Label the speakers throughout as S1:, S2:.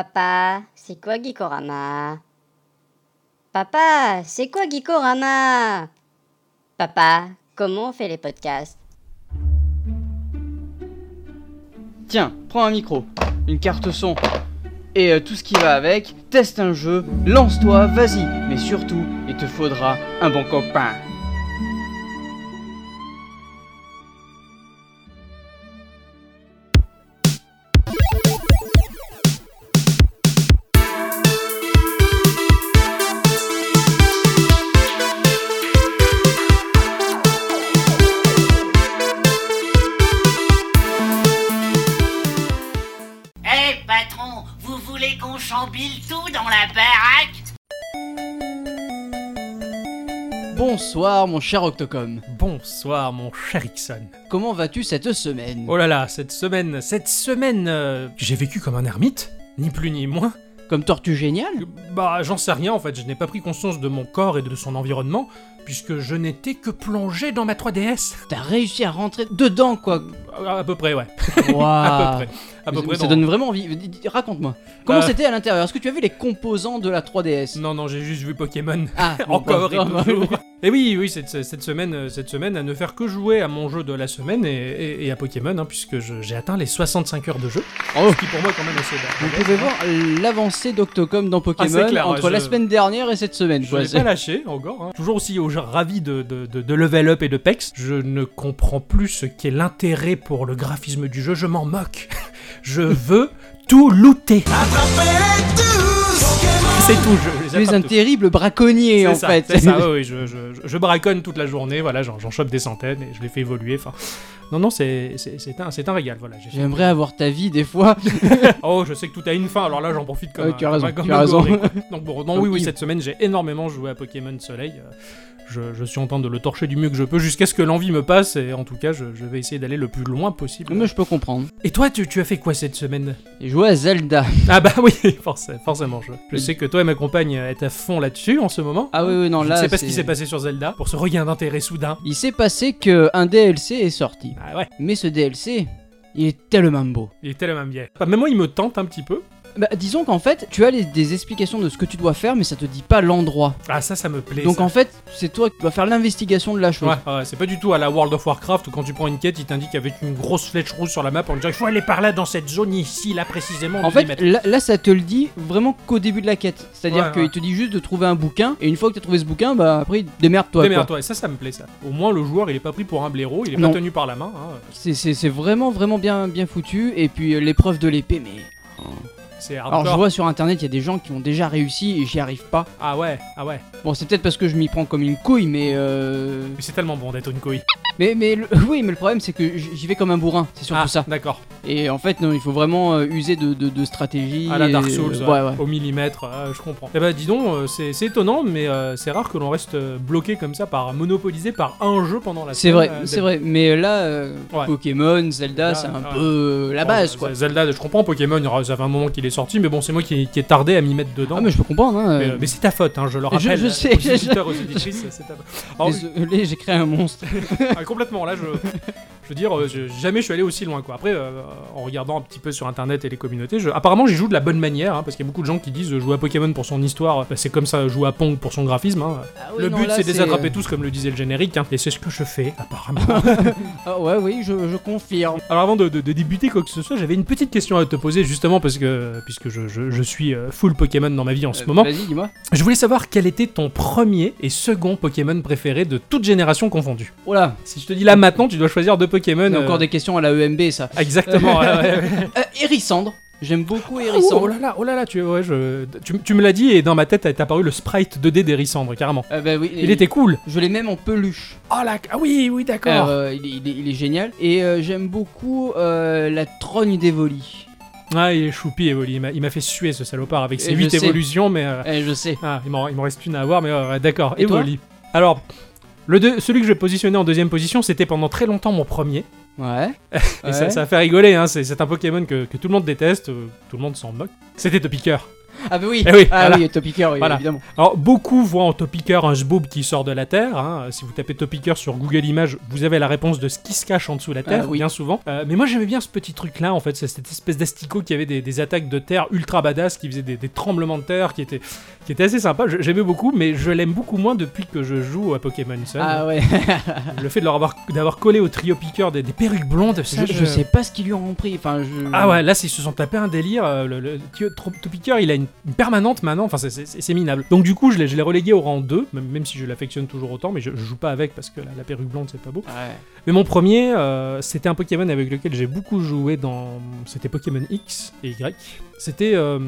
S1: Papa, c'est quoi Gikorama Papa, c'est quoi Gikorama Papa, comment on fait les podcasts
S2: Tiens, prends un micro, une carte son et euh, tout ce qui va avec. Teste un jeu, lance-toi, vas-y. Mais surtout, il te faudra un bon copain.
S3: Eh patron, vous voulez qu'on chambille tout dans la baraque
S2: Bonsoir mon cher Octocom.
S4: Bonsoir mon cher Ixon.
S2: Comment vas-tu cette semaine
S4: Oh là là, cette semaine, cette semaine, euh, j'ai vécu comme un ermite, ni plus ni moins.
S2: Comme tortue géniale
S4: Bah, j'en sais rien en fait, je n'ai pas pris conscience de mon corps et de son environnement, puisque je n'étais que plongé dans ma 3DS.
S2: T'as réussi à rentrer dedans quoi.
S4: À, à peu près, ouais.
S2: Waouh.
S4: À peu près. À peu
S2: Ça-
S4: près.
S2: Ça
S4: dans-
S2: donne vraiment envie. Dis- dis- Raconte-moi. Comment
S4: Euh.
S2: c'était à l'intérieur Est-ce que tu as vu les composants de la 3DS
S4: Non, non, j'ai juste vu Pokémon.
S2: Ah,
S4: Encore et
S2: bon, bah,
S4: toujours. Et oui, oui, cette, cette semaine, euh, cette semaine, à ne faire que jouer à mon jeu de la semaine et, et- et à Pokémon, hein, puisque je- j'ai atteint les 65 heures de jeu,
S2: Oh.
S4: ce qui pour moi est quand même assez.
S2: Vous pouvez voir l'avancée d'Octocom dans Pokémon
S4: clair,
S2: entre
S4: ouais,
S2: la
S4: je-
S2: semaine dernière et cette semaine.
S4: Je
S2: quoi.
S4: l'ai
S2: C'est-
S4: pas lâché encore. hein. Toujours aussi au- ravi de, de- de- de level up et de pex. Je ne comprends plus ce qu'est l'intérêt pour le graphisme du jeu. Je m'en moque. Je veux tout looter. C'est tout. Je
S2: Tu es
S4: les
S2: un
S4: attrape tous.
S2: terrible braconnier
S4: C'est
S2: en
S4: ça,
S2: fait.
S4: c'est ça, oui, oui, je, je- je- je braconne toute la journée. Voilà, j'en j'en chope des centaines et je les fais évoluer. Enfin, non, non, c'est c'est- c'est un, c'est un régal. Voilà. j'ai fait-
S2: J'aimerais avoir ta vie des fois.
S4: Oh, je sais que tout a une fin, alors là j'en profite comme
S2: Ouais,
S4: un-
S2: tu as raison,
S4: comme un- comme
S2: tu as
S4: un
S2: raison.
S4: gorille, quoi. Donc bon, non,
S2: Comme
S4: oui, oui,
S2: Yves.
S4: cette semaine j'ai énormément joué à Pokémon Soleil. euh, Je, je suis en train de le torcher du mieux que je peux jusqu'à ce que l'envie me passe, et en tout cas je, je vais essayer d'aller le plus loin possible.
S2: Mais je peux comprendre.
S4: Et toi, tu, tu as fait quoi cette semaine
S2: Et jouer à Zelda.
S4: Ah bah oui, forcément, forcément je, je sais que toi et ma compagne est à fond là-dessus en ce moment.
S2: Ah oui, oui, non,
S4: je
S2: là.
S4: ne sais pas ce qui
S2: c'est-
S4: s'est passé sur Zelda, pour ce regain d'intérêt soudain.
S2: Il s'est passé qu'un DLC est sorti.
S4: Ah ouais,
S2: Mais ce DLC, il est tellement beau.
S4: il est tellement bien. Enfin, même moi il me tente un petit peu.
S2: Bah, disons qu'en fait, tu as les- des explications de ce que tu dois faire, mais ça te dit pas l'endroit.
S4: Ah ça, ça me plaît.
S2: Donc
S4: ça.
S2: en fait, c'est toi qui dois faire l'investigation de la chose.
S4: Ouais, ouais, c'est pas du tout à la World of Warcraft où quand tu prends une quête, il t'indique avec une grosse flèche rouge sur la map en disant il faut aller par là dans cette zone ici, là précisément.
S2: En
S4: de les
S2: fait,
S4: mettre.
S2: là, là, ça te le dit vraiment qu'au début de la quête. C'est-à-dire
S4: Ouais,
S2: qu'il
S4: ouais.
S2: te dit juste de trouver un bouquin, et une fois que t'as trouvé ce bouquin, bah après, démerde-toi. quoi.
S4: démerde-toi. Et ça, ça me plaît ça. Au moins, le joueur il est pas pris pour un blaireau, il est
S2: Non.
S4: pas tenu par la main. hein.
S2: C'est- C'est c'est vraiment, vraiment bien, bien foutu. Et puis euh, l'épreuve de l'épée, mais.
S4: C'est
S2: Alors je
S4: hardcore.
S2: vois sur internet, il y a des gens qui ont déjà réussi et j'y arrive pas.
S4: Ah ouais, ah ouais.
S2: Bon, c'est peut-être parce que je m'y prends comme une couille, mais. euh,
S4: Mais c'est tellement bon d'être une couille.
S2: Mais, mais le- oui, mais le problème, c'est que j- j'y vais comme un bourrin, c'est surtout
S4: ah,
S2: ça.
S4: D'accord.
S2: Et en fait, non, il faut vraiment euh, user de, de, de stratégie.
S4: À la
S2: et-
S4: Dark Souls,
S2: ouais,
S4: euh,
S2: ouais.
S4: au millimètre, euh, je comprends. Eh ben dis donc, euh, c'est c'est étonnant, mais euh, c'est rare que l'on reste euh, bloqué comme ça, par monopolisé par un jeu pendant la
S2: C'est
S4: semaine,
S2: vrai,
S4: euh,
S2: c'est
S4: d'être-
S2: vrai. Mais là, euh,
S4: Ouais.
S2: Pokémon, Zelda,
S4: Là,
S2: c'est un
S4: ouais.
S2: peu euh, la base,
S4: Oh,
S2: quoi.
S4: Zelda, je comprends, Pokémon, oh, ça fait un moment qu'il est sorti, mais bon, c'est moi qui, qui ai tardé à m'y mettre dedans.
S2: Ah, mais je peux comprendre, hein.
S4: Mais,
S2: euh,
S4: euh, mais c'est ta faute, hein, je le
S2: Je-
S4: rappelle.
S2: je sais,
S4: aux
S2: je-
S4: éditeurs, aux éditrices, c'est ta faute. Alors,
S2: euh, Désolé, j'ai créé un monstre.
S4: ah, complètement, là, je, je veux dire, euh, je- jamais je suis allé aussi loin. Quoi. Après, euh, en regardant un petit peu sur Internet et les communautés, je- apparemment, j'y joue de la bonne manière, hein, parce qu'il y a beaucoup de gens qui disent euh, jouer à Pokémon pour son histoire, bah, c'est comme ça, jouer à Pong pour son graphisme. hein.
S2: Ah
S4: le but, c'est de
S2: euh,
S4: les attraper tous, comme le disait le générique, hein. et c'est ce que je fais, apparemment.
S2: Ah, ouais, oui, je, je confirme.
S4: Alors avant de, de- de débuter quoi que ce soit, j'avais une petite question à te poser justement parce que puisque je, je- je suis euh, full Pokémon dans ma vie en ce
S2: Euh,
S4: moment.
S2: Vas-y, dis-moi.
S4: Je voulais savoir quel était ton premier et second Pokémon préféré de toute génération confondue.
S2: Oh là,
S4: Si je te dis là maintenant, tu dois choisir deux Pokémon.
S2: on a
S4: euh,
S2: encore des questions à la EMB, ça.
S4: Exactement. ouais, ouais, ouais.
S2: Euh, Hérissandre. J'aime beaucoup
S4: Oh,
S2: Hérissandre.
S4: là là, oh là là, tu, ouais, je- tu, tu me l'as dit et dans ma tête est apparu le sprite 2D d'Hérissandre carrément.
S2: Euh, bah oui,
S4: Il était cool.
S2: Je l'ai même en peluche.
S4: Oh là, ah oui, oui, d'accord.
S2: Euh, il, est- il est, il est génial. Et euh, j'aime beaucoup euh, la trogne d'Evoli.
S4: Ah, il est choupi, Evoli. Il m'a- Il m'a fait suer ce salopard avec ses
S2: Et je
S4: 8
S2: sais.
S4: évolutions, mais. euh,
S2: Eh, je sais.
S4: Ah, il m'en il m'en reste une à avoir, mais euh, ouais, d'accord.
S2: Et
S4: Et
S2: toi
S4: Wally. Alors, le deux- celui que j'ai positionné en deuxième position, c'était pendant très longtemps mon premier.
S2: Ouais.
S4: Et ça,
S2: Ouais.
S4: ça a fait rigoler, hein. c'est c'est un Pokémon que, que tout le monde déteste, euh, tout le monde s'en moque. C'était Topiqueur.
S2: Ah bah oui,
S4: Eh oui,
S2: ah
S4: voilà.
S2: oui, Top Picker, oui,
S4: Voilà.
S2: évidemment.
S4: Alors, beaucoup voient en Top Picker un jbob qui sort de la Terre. hein. Si vous tapez Top Picker sur Google Images, vous avez la réponse de ce qui se cache en dessous de la Terre,
S2: Ah oui.
S4: bien souvent. Euh, mais moi, j'aimais bien ce petit truc-là, en fait. C'est cette espèce d'asticot qui avait des, des attaques de terre ultra badass, qui faisait des, des tremblements de terre, qui était, qui était assez sympa. Je- J'aimais beaucoup, mais je l'aime beaucoup moins depuis que je joue à Pokémon Sun.
S2: Ah ouais,
S4: Le fait de leur avoir d'avoir collé au trio Picker des, des perruques blondes, ça,
S2: je, je sais pas ce qu'ils lui ont pris. Enfin, je...
S4: Ah ouais, là, s'ils se sont tapés un délire, euh, le, le Tio- Trop- Topicker, il a une, une permanente maintenant, enfin, c'est- c'est c'est minable. Donc, du coup, je l'ai je l'ai relégué au rang 2, même, même si je l'affectionne toujours autant, mais je, je joue pas avec parce que la, la perruque blonde, c'est pas beau.
S2: Ouais.
S4: Mais mon premier, euh, c'était un Pokémon avec lequel j'ai beaucoup joué dans. C'était Pokémon X et Y. C'était. euh,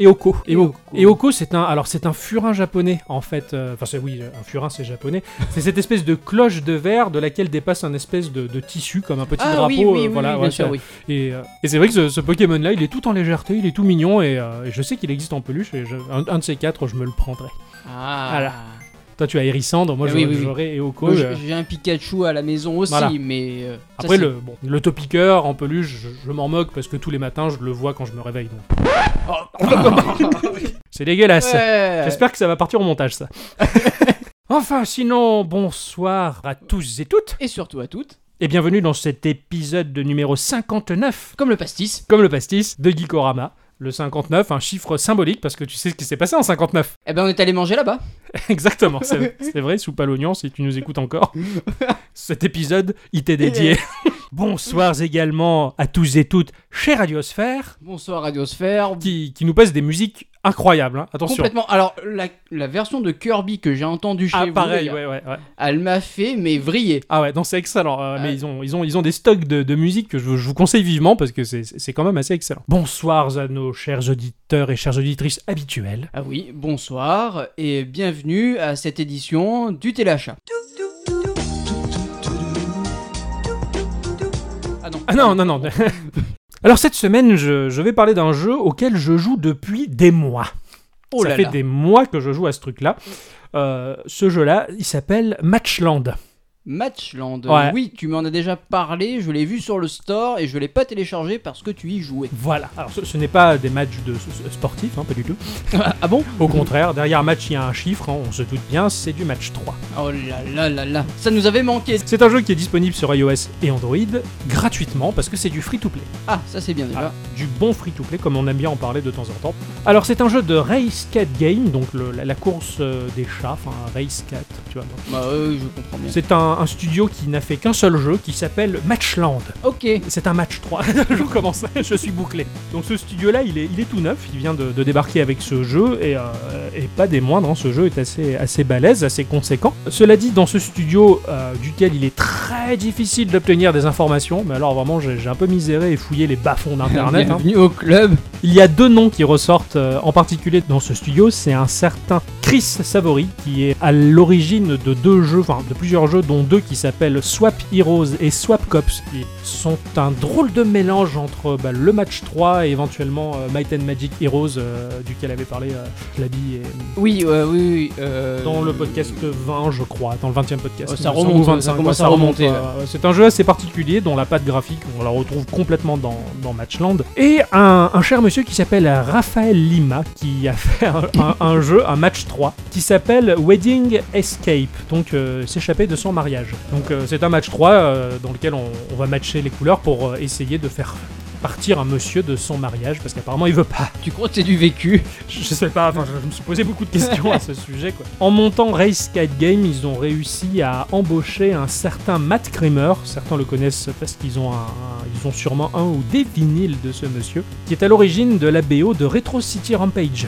S4: Eoko. Eoko,
S2: Eoko.
S4: Eoko, c'est un, alors c'est un furin japonais en fait. euh, Enfin, c'est- oui, un furin c'est japonais. C'est cette espèce de cloche de verre de laquelle dépasse un espèce de, de tissu comme un petit
S2: Ah
S4: drapeau.
S2: oui, oui,
S4: euh,
S2: oui,
S4: voilà,
S2: oui,
S4: ouais,
S2: bien sûr, oui.
S4: et, euh, et c'est vrai que ce, ce Pokémon-là, il est tout en légèreté, il est tout mignon, et, euh, et je sais qu'il existe en peluche, et je- un, un de ces quatre, je me le prendrai.
S2: Ah.
S4: Voilà. Toi, tu as Hérissandre, moi,
S2: Eh
S4: je-
S2: oui, oui, oui.
S4: j'aurais Eoko.
S2: Moi,
S4: euh,
S2: j'ai- J'ai un Pikachu à la maison aussi,
S4: Voilà.
S2: mais... euh, ça,
S4: Après,
S2: c'est-
S4: le, bon, le Topiqueur en peluche, je, je m'en moque parce que tous les matins, je le vois quand je me réveille. donc. c'est dégueulasse.
S2: Ouais.
S4: J'espère que ça va partir au montage, ça. enfin, sinon, bonsoir à tous et toutes,
S2: Et surtout à toutes,
S4: et bienvenue dans cet épisode de numéro 59
S2: comme le pastis,
S4: comme le pastis de Geekorama. Le 59, un chiffre symbolique parce que tu sais ce qui s'est passé en 59.
S2: eh ben on est allé manger là-bas.
S4: Exactement, c'est c'est vrai, soupe à l'oignon si tu nous écoutes encore. Cet épisode, il t'est dédié. Bonsoirs également à tous et toutes chez Radiosphère
S2: Bonsoir Radiosphère.
S4: qui, qui nous passe des musiques incroyables. hein. Attention.
S2: Complètement. Alors, la, la version de Kirby que j'ai entendue chez
S4: Ah,
S2: vous, les
S4: pareil,
S2: gars,
S4: ouais, ouais, ouais.
S2: elle m'a fait, mais vriller.
S4: Ah ouais, non, c'est excellent. euh, Mais
S2: Ouais.
S4: ils ont, ils, ont, ils ont des stocks de, de musique que je, je vous conseille vivement parce que c'est- c'est c'est quand même assez excellent. Bonsoirs à nos chers auditeurs et chères auditrices habituels.
S2: Ah oui, bonsoir et bienvenue à cette édition du Téléachat. Ah non.
S4: Ah non, non, non. Alors cette semaine, je, je vais parler d'un jeu auquel je joue depuis des mois.
S2: Oh
S4: Ça
S2: là
S4: fait
S2: là.
S4: des mois que je joue à ce truc-là. Euh, ce jeu-là, il s'appelle Matchland.
S2: Matchland.
S4: Ouais.
S2: Oui, tu m'en as déjà parlé, je l'ai vu sur le store et je l'ai pas téléchargé parce que tu y jouais.
S4: Voilà. Alors ce, ce n'est pas des matchs de, ce- ce- sportifs, hein, pas du tout.
S2: ah bon
S4: Au contraire, derrière un match, il y a un chiffre, hein, on se doute bien, c'est du match 3.
S2: Oh là là là là, ça nous avait manqué.
S4: C'est un jeu qui est disponible sur iOS et Android gratuitement parce que c'est du free-to-play.
S2: Ah, ça c'est bien déjà.
S4: Ah, du bon free-to-play, comme on aime bien en parler de temps en temps. Alors, c'est un jeu de race cat game, donc le- la, la course euh, des chats, enfin race cat, tu vois. donc.
S2: Bah euh, je comprends bien.
S4: C'est un, un studio qui n'a fait qu'un seul jeu, qui s'appelle Matchland.
S2: Ok.
S4: C'est un match 3. je recommence, je suis bouclé. Donc ce studio-là, il est, il est tout neuf, il vient de, de débarquer avec ce jeu, et, euh, et pas des moindres, hein. ce jeu est assez, assez balèze, assez conséquent. Cela dit, dans ce studio, euh, duquel il est très difficile d'obtenir des informations, mais alors vraiment, j'ai j'ai un peu miséré et fouillé les bas-fonds d'Internet. hein.
S2: Bienvenue au club.
S4: Il y a deux noms qui ressortent euh, en particulier dans ce studio, c'est un certain Chris Savory qui est à l'origine de deux jeux, enfin de plusieurs jeux dont deux qui s'appellent Swap Heroes et Swap Cops qui sont un drôle de mélange entre bah, le match 3 et éventuellement euh, Might and Magic Heroes euh, duquel avait parlé euh, Flaby et-
S2: Oui, euh, oui, oui. euh,
S4: dans le podcast 20 je crois, dans le 20e podcast.
S2: Oh, ça
S4: Il me semble,
S2: remonte,
S4: ou 25,
S2: ça commence
S4: ouais,
S2: à remonter,
S4: remonte, ouais, ouais. C'est un jeu assez particulier dont la patte graphique, on la retrouve complètement dans, dans Matchland. Et un, un cher monsieur qui s'appelle Raphaël Lima, qui a fait un, un- un jeu, un match 3, qui s'appelle Wedding Escape, donc euh, s'échapper de son mariage. Donc euh, c'est un match 3 euh, dans lequel on, on va matcher les couleurs pour euh, essayer de faire partir un monsieur de son mariage parce qu'apparemment il veut pas
S2: Tu crois que c'est du vécu
S4: je je sais pas, enfin, je, je me suis posé beaucoup de questions à ce sujet. Quoi. En montant Race Cat Game, ils ont réussi à embaucher un certain Matt Kramer. Certains le connaissent parce qu'ils ont, un- un- ils ont sûrement un ou des vinyles de ce monsieur, qui est à l'origine de la BO de Retro City Rampage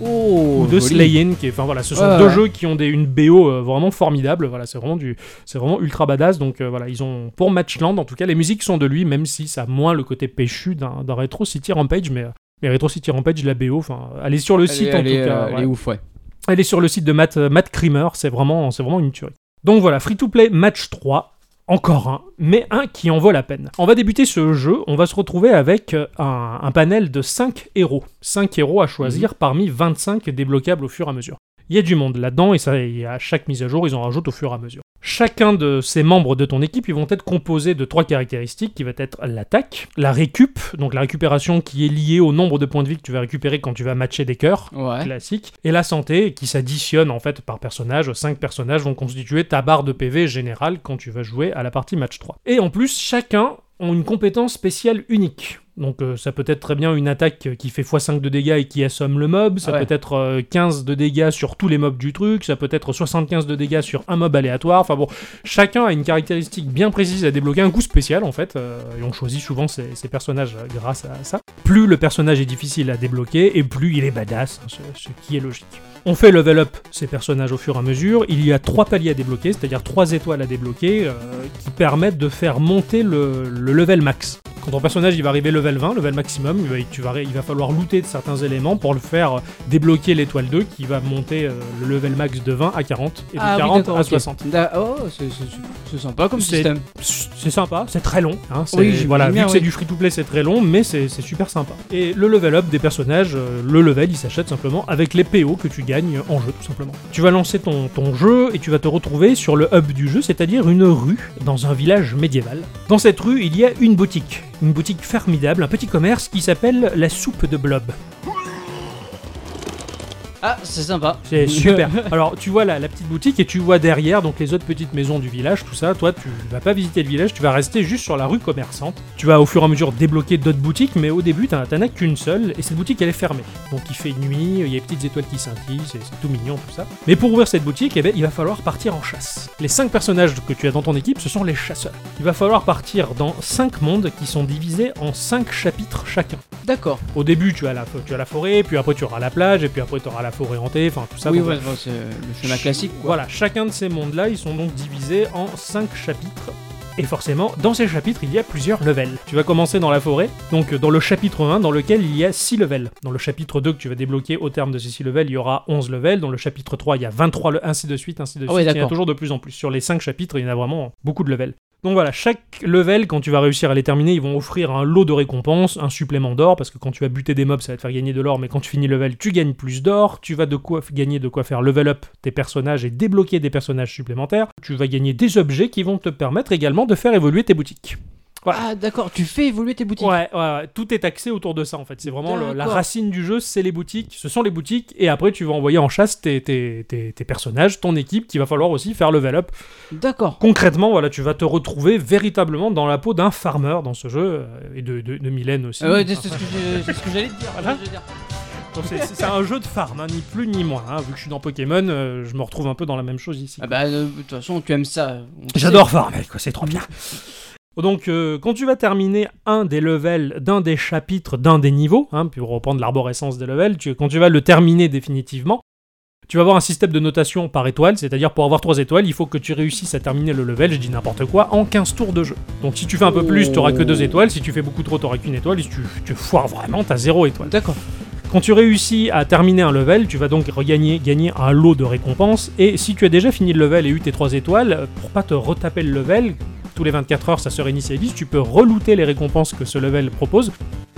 S2: Oh.
S4: ou de
S2: joli.
S4: Slayin qui est enfin voilà ce sont
S2: Ouais,
S4: deux
S2: ouais.
S4: jeux qui ont des, une BO euh, vraiment formidable voilà c'est vraiment du c'est vraiment ultra badass donc euh, voilà ils ont pour Matchland en tout cas les musiques sont de lui même si ça a moins le côté péchu d'un d'un Retro City Rampage mais euh, mais Retro City Rampage la BO enfin allez sur le
S2: Elle est-
S4: site en
S2: elle
S4: tout
S2: est,
S4: cas
S2: euh,
S4: ouais.
S2: elle est ouf, ouais.
S4: Elle est sur le site de Matt, euh, Matt Creamer, c'est vraiment, c'est vraiment une tuerie. Donc voilà, free to play, match 3. Encore un, mais un qui en vaut la peine. On va débuter ce jeu, on va se retrouver avec euh, un, un panel de 5 héros. 5 héros à choisir parmi 25 débloquables au fur et à mesure. Il y a du monde là-dedans et, ça, et à chaque mise à jour, ils en rajoutent au fur et à mesure. Chacun de ces membres de ton équipe, ils vont être composés de trois caractéristiques qui va être l'attaque, la récup, donc la récupération qui est liée au nombre de points de vie que tu vas récupérer quand tu vas matcher des cœurs,
S2: Ouais.
S4: classique, et la santé qui s'additionne en fait par personnage. Cinq personnages vont constituer ta barre de PV générale quand tu vas jouer à la partie match 3. Et en plus, chacun ont une compétence spéciale unique. Donc euh, ça peut être très bien une attaque qui fait x5 de dégâts et qui assomme le mob, ça
S2: Ouais.
S4: peut être euh, 15 de dégâts sur tous les mobs du truc, ça peut être 75 de dégâts sur un mob aléatoire, enfin bon, chacun a une caractéristique bien précise à débloquer, un coup spécial en fait, euh, et on choisit souvent ses, ses personnages euh, grâce à ça. Plus le personnage est difficile à débloquer, et plus il est badass, hein, ce, ce qui est logique. On fait level up ces personnages au fur et à mesure, il y a trois paliers à débloquer, c'est-à-dire trois étoiles à débloquer, euh, qui permettent de faire monter le, le level max. Quand ton personnage il va arriver level 20, level maximum, il va, tu vas, il va falloir looter de certains éléments pour le faire débloquer l'étoile 2 qui va monter euh, le level max de 20 à 40 et de
S2: Ah oui,
S4: 40
S2: d'accord,
S4: à
S2: ok.
S4: 60.
S2: Da- Oh, c'est- c'est- c'est sympa comme
S4: C'est-
S2: système.
S4: C'est sympa, c'est très long. Hein, c'est-
S2: Oui, j'imagine
S4: voilà, vu
S2: bien,
S4: que
S2: oui.
S4: c'est du free-to-play, c'est très long, mais c'est c'est super sympa. Et le level up des personnages, euh, le level, il s'achète simplement avec les PO que tu gagnes en jeu, tout simplement. Tu vas lancer ton, ton jeu et tu vas te retrouver sur le hub du jeu, c'est-à-dire une rue dans un village médiéval. Dans cette rue, il y a une boutique. Une boutique formidable, un petit commerce qui s'appelle la soupe de blob.
S2: Ah, c'est sympa.
S4: C'est super. Alors, tu vois la, la petite boutique et tu vois derrière donc les autres petites maisons du village, tout ça. Toi, tu vas pas visiter le village, tu vas rester juste sur la rue commerçante. Tu vas au fur et à mesure débloquer d'autres boutiques, mais au début, t'en t'en as qu'une seule et cette boutique elle est fermée. Donc, il fait nuit, il y a des petites étoiles qui scintillent, c'est c'est tout mignon, tout ça. Mais pour ouvrir cette boutique, eh ben, il va falloir partir en chasse. Les cinq personnages que tu as dans ton équipe, ce sont les chasseurs. Il va falloir partir dans cinq mondes qui sont divisés en cinq chapitres chacun.
S2: D'accord.
S4: Au début, tu as la, tu as la forêt, puis après, tu auras la plage, et puis après, tu auras la forêt hantée, enfin tout ça.
S2: oui,
S4: bon,
S2: ouais, bon, c'est le schéma
S4: Ch-
S2: classique. Quoi.
S4: Voilà, chacun de ces mondes-là, ils sont donc divisés en 5 chapitres. Et forcément, dans ces chapitres, il y a plusieurs levels. Tu vas commencer dans la forêt, donc euh, dans le chapitre 1, dans lequel il y a 6 levels. Dans le chapitre 2 que tu vas débloquer au terme de ces 6 levels, il y aura 11 levels. Dans le chapitre 3, il y a 23 levels, ainsi de suite, ainsi de
S2: Ah
S4: suite.
S2: ouais,
S4: il y en a
S2: d'accord.
S4: toujours de plus en plus. Sur les 5 chapitres, il y en a vraiment beaucoup de levels. Donc voilà, chaque level, quand tu vas réussir à les terminer, ils vont offrir un lot de récompenses, un supplément d'or, parce que quand tu vas buter des mobs, ça va te faire gagner de l'or, mais quand tu finis le level, tu gagnes plus d'or, tu vas de quoi f- gagner de quoi faire level up tes personnages et débloquer des personnages supplémentaires, tu vas gagner des objets qui vont te permettre également de faire évoluer tes boutiques.
S2: Ah, d'accord. Tu fais évoluer tes boutiques.
S4: Ouais, ouais, ouais, tout est axé autour de ça en fait. C'est vraiment le- la
S2: D'accord.
S4: racine du jeu, c'est les boutiques, ce sont les boutiques, et après tu vas envoyer en chasse tes, tes- tes- tes personnages, ton équipe, qui va falloir aussi faire level up
S2: D'accord.
S4: concrètement, voilà, tu vas te retrouver véritablement dans la peau d'un farmer dans ce jeu, euh, et de, de, de Mylène aussi.
S2: Ah ouais, c'est
S4: Enfin,
S2: ce que j'ai- c'est ce que j'allais te dire.
S4: Voilà.
S2: je veux dire.
S4: donc c'est- c'est c'est un jeu de farm, hein, ni plus ni moins. hein. Vu que je suis dans Pokémon, euh, je me retrouve un peu dans la même chose ici.
S2: Ah bah, euh, de toute façon, tu aimes ça. on le
S4: J'adore farmer, quoi, c'est trop bien. Donc, euh, quand tu vas terminer un des levels, d'un des chapitres, d'un des niveaux, hein, pour reprendre l'arborescence des levels, tu- quand tu vas le terminer définitivement, tu vas avoir un système de notation par étoile, c'est-à-dire pour avoir 3 étoiles, il faut que tu réussisses à terminer le level, je dis n'importe quoi, en 15 tours de jeu. Donc, si tu fais un peu plus, tu auras que 2 étoiles, si tu fais beaucoup trop, tu auras qu'une étoile, et si tu, tu foires vraiment, tu as 0 étoile.
S2: sait. D'accord.
S4: Quand tu réussis à terminer un level, tu vas donc regagner, gagner un lot de récompenses. Et si tu as déjà fini le level et eu tes 3 étoiles, pour pas te retaper le level, tous les 24 heures ça se réinitialise, tu peux relooter les récompenses que ce level propose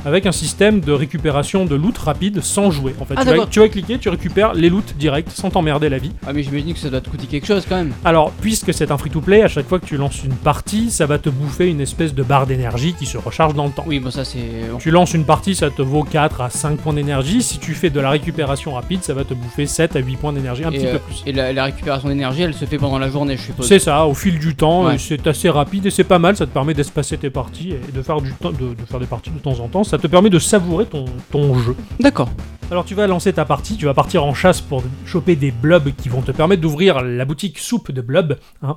S4: avec un système de récupération de loot rapide sans jouer. En fait,
S2: Ah,
S4: tu, vas,
S2: d'accord.
S4: tu vas cliquer, tu récupères les loots direct sans t'emmerder la vie.
S2: Ah, mais j'imagine que ça doit te coûter quelque chose quand même.
S4: Alors, puisque c'est un free-to-play, à chaque fois que tu lances une partie, ça va te bouffer une espèce de barre d'énergie qui se recharge dans le temps.
S2: Oui, bon, ça c'est.
S4: Tu lances une partie, ça te vaut 4 à 5 points d'énergie. Si tu fais de la récupération rapide, ça va te bouffer 7 à 8 points d'énergie, un
S2: et,
S4: petit
S2: euh,
S4: peu plus.
S2: Et la, la récupération d'énergie, elle se fait pendant la journée, je suppose.
S4: C'est ça, au fil du temps,
S2: Ouais.
S4: et c'est assez rapide et c'est pas mal, ça te permet d'espacer tes parties et de faire, du temps- de, de faire des parties de temps en temps, ça te permet de savourer ton, ton jeu.
S2: D'accord.
S4: Alors tu vas lancer ta partie, tu vas partir en chasse pour choper des blobs qui vont te permettre d'ouvrir la boutique soupe de blobs. hein.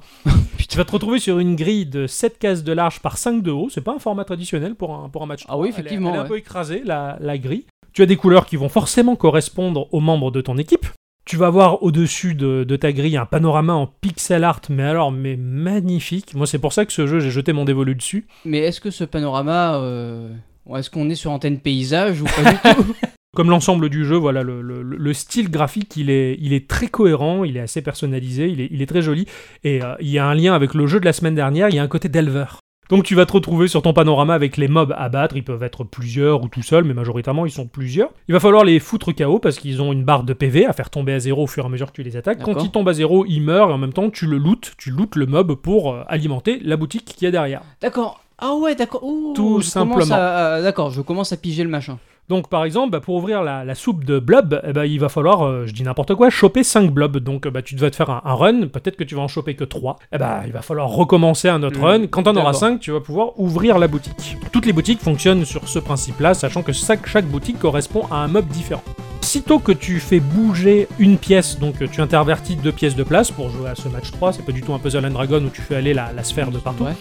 S4: Puis tu vas te retrouver sur une grille de 7 cases de large par 5 de haut, c'est pas un format traditionnel pour un, pour un match.
S2: Ah oui,
S4: Elle est-
S2: effectivement,
S4: Elle est,
S2: ouais.
S4: un peu écrasée, la, la grille. Tu as des couleurs qui vont forcément correspondre aux membres de ton équipe. Tu vas voir au-dessus de, de ta grille un panorama en pixel art, mais alors, mais magnifique. Moi, c'est pour ça que ce jeu, j'ai jeté mon dévolu dessus.
S2: Mais est-ce que ce panorama. euh, Est-ce qu'on est sur antenne paysage ou pas du tout
S4: comme l'ensemble du jeu, voilà, le, le- le style graphique, il est, il est très cohérent, il est assez personnalisé, il est, il est très joli. Et euh, il y a un lien avec le jeu de la semaine dernière, il y a un côté d'Elver. Donc tu vas te retrouver sur ton panorama avec les mobs à battre, ils peuvent être plusieurs ou tout seuls, mais majoritairement ils sont plusieurs. Il va falloir les foutre KO parce qu'ils ont une barre de PV à faire tomber à zéro au fur et à mesure que tu les attaques. Quand
S2: D'accord.
S4: ils tombent à zéro, ils meurent et en même temps tu le lootes, tu lootes le mob pour euh, alimenter la boutique qu'il y a derrière.
S2: D'accord. Ah ouais, d'accord. Ouh,
S4: Tout
S2: je commence
S4: simplement.
S2: à- à- d'accord, je commence à piger le machin.
S4: Donc par exemple, bah, pour ouvrir la, la soupe de blob, eh ben, il va falloir, euh, je dis n'importe quoi, choper 5 blobs. Donc euh, bah, tu vas te faire un, un run, peut-être que tu vas en choper que 3. Eh ben, il va falloir recommencer un autre
S2: Mm.
S4: run. Quand on aura
S2: D'accord.
S4: 5, tu vas pouvoir ouvrir la boutique. Toutes les boutiques fonctionnent sur ce principe-là, sachant que chaque, chaque boutique correspond à un mob différent. Sitôt que tu fais bouger une pièce, donc euh, tu intervertis deux pièces de place pour jouer à ce match 3, c'est pas du tout un puzzle and dragon où tu fais aller la, la sphère de partout.
S2: Ouais.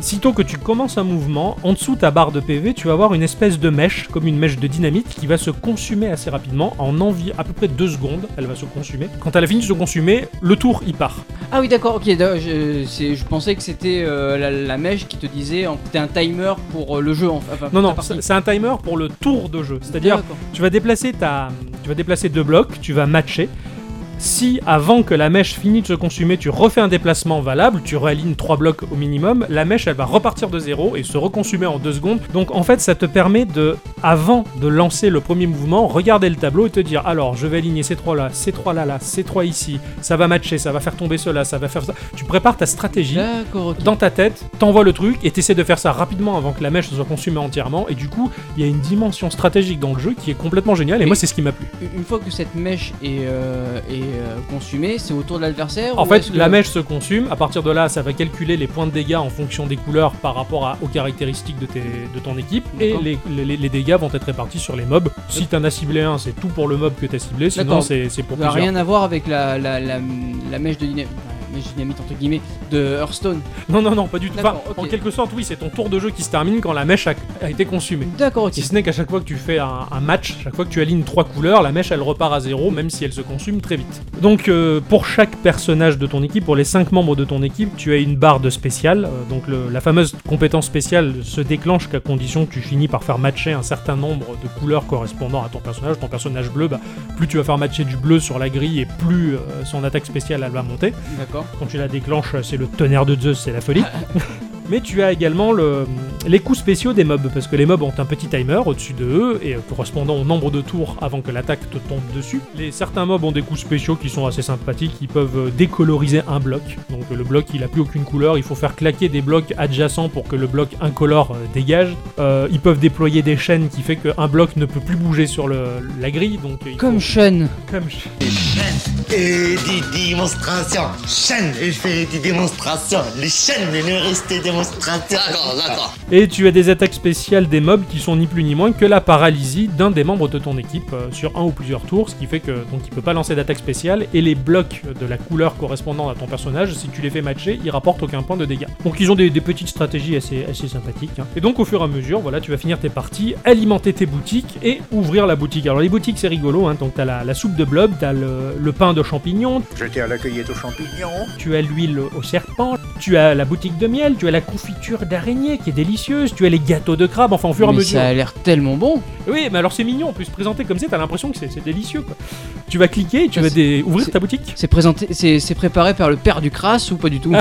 S4: Sitôt que tu commences un mouvement, en dessous de ta barre de PV, tu vas avoir une espèce de mèche, comme une mèche de dynamite, qui va se consumer assez rapidement, en envi à peu près 2 secondes, elle va se consumer. Quand elle a fini de se consumer, le tour y part.
S2: Ah oui, d'accord, ok. d'accord, Je, c'est- je pensais que c'était euh, la, la mèche qui te disait, en- c'était un timer pour euh, le jeu. Enfin, enfin,
S4: Non, non,
S2: ta partie.
S4: c'est c'est un timer pour le tour de jeu. C'est-à-dire,
S2: D'accord.
S4: tu vas déplacer ta, tu vas déplacer deux blocs, tu vas matcher. Si avant que la mèche finisse de se consumer, tu refais un déplacement valable, tu réalignes trois blocs au minimum, la mèche elle va repartir de zéro et se reconsumer en deux secondes. Donc en fait, ça te permet de, avant de lancer le premier mouvement, regarder le tableau et te dire alors je vais aligner ces trois là, ces trois là là, ces trois ici, ça va matcher, ça va faire tomber cela, ça va faire ça. Tu prépares ta stratégie
S2: D'accord, ok.
S4: dans ta tête, t'envoies le truc et t'essaies de faire ça rapidement avant que la mèche soit consumée entièrement. Et du coup, il y a une dimension stratégique dans le jeu qui est complètement géniale. Et
S2: Mais-
S4: moi, c'est ce qui m'a plu.
S2: Une fois que cette mèche est, euh, est, euh, consumée, c'est au tour de l'adversaire
S4: En
S2: ou
S4: fait,
S2: est-ce que-
S4: la mèche se consume. À partir de là, ça va calculer les points de dégâts en fonction des couleurs par rapport à- aux caractéristiques de, tes- de ton équipe. Et
S2: D'accord.
S4: les, les- les dégâts vont être répartis sur les mobs. Si t'en as ciblé un, c'est tout pour le mob que t'as ciblé. Sinon,
S2: D'accord.
S4: c'est c'est pour
S2: Ça n'a
S4: plusieurs.
S2: rien à voir avec la, la, la, la mèche de dynamite, la mèche dynamite entre guillemets, de Hearthstone.
S4: Non, non, non, pas du tout. Enfin,
S2: D'accord, ok.
S4: en quelque sorte, oui, c'est ton tour de jeu qui se termine quand la mèche a- a été consumée.
S2: D'accord, ok.
S4: Si ce n'est qu'à chaque fois que tu fais un, un match, chaque fois que tu alignes trois couleurs, la mèche elle repart à zéro, même si elle se consume très vite. Donc euh, pour chaque personnage de ton équipe, pour les cinq membres de ton équipe, tu as une barre de spécial. Euh, donc le- la fameuse compétence spéciale se déclenche qu'à condition que tu finis par faire matcher un certain nombre de couleurs correspondant à ton personnage. Ton personnage bleu, bah, plus tu vas faire matcher du bleu sur la grille et plus euh, son attaque spéciale elle va monter.
S2: D'accord.
S4: Quand tu la déclenches, c'est le tonnerre de Zeus, c'est la folie. Mais tu as également le- les coups spéciaux des mobs, parce que les mobs ont un petit timer au-dessus de eux, et euh, correspondant au nombre de tours avant que l'attaque te tombe dessus. Les, certains mobs ont des coups spéciaux qui sont assez sympathiques, ils peuvent euh, décoloriser un bloc. Donc euh, le bloc, il a plus aucune couleur, il faut faire claquer des blocs adjacents pour que le bloc incolore euh, dégage. Euh, ils peuvent déployer des chaînes qui fait qu'un bloc ne peut plus bouger sur le- la grille, donc... euh, il
S2: Comme
S4: faut-
S2: Sean.
S4: comme...
S5: Et des démonstrations, chaîne, il fait des démonstrations, les chaînes, les restes des démonstrations. D'accord, d'accord.
S4: Et tu as des attaques spéciales des mobs qui sont ni plus ni moins que la paralysie d'un des membres de ton équipe euh, sur un ou plusieurs tours, ce qui fait que donc il peut pas lancer d'attaque spéciale et les blocs de la couleur correspondant à ton personnage, si tu les fais matcher, ils rapportent aucun point de dégâts. Donc ils ont des, des petites stratégies assez, assez sympathiques. hein. Et donc au fur et à mesure, voilà, tu vas finir tes parties, alimenter tes boutiques et ouvrir la boutique. Alors les boutiques c'est rigolo, hein, donc t'as la, la soupe de blob, t'as le, le pain de champignons,
S6: J'étais à la cueillette aux champignons.
S4: tu as l'huile au serpent, tu as la boutique de miel, tu as la confiture d'araignée qui est délicieuse, tu as les gâteaux de crabe, enfin au fur et à
S2: Mais
S4: mesure.
S2: ça a l'air tellement bon.
S4: Oui, mais alors c'est mignon, en plus présenté comme ça, t'as l'impression que c'est c'est délicieux quoi. Tu vas cliquer et tu vas dé- ouvrir
S2: c'est-
S4: ta boutique.
S2: C'est présenté, c'est c'est préparé par le père du Crass ou pas du tout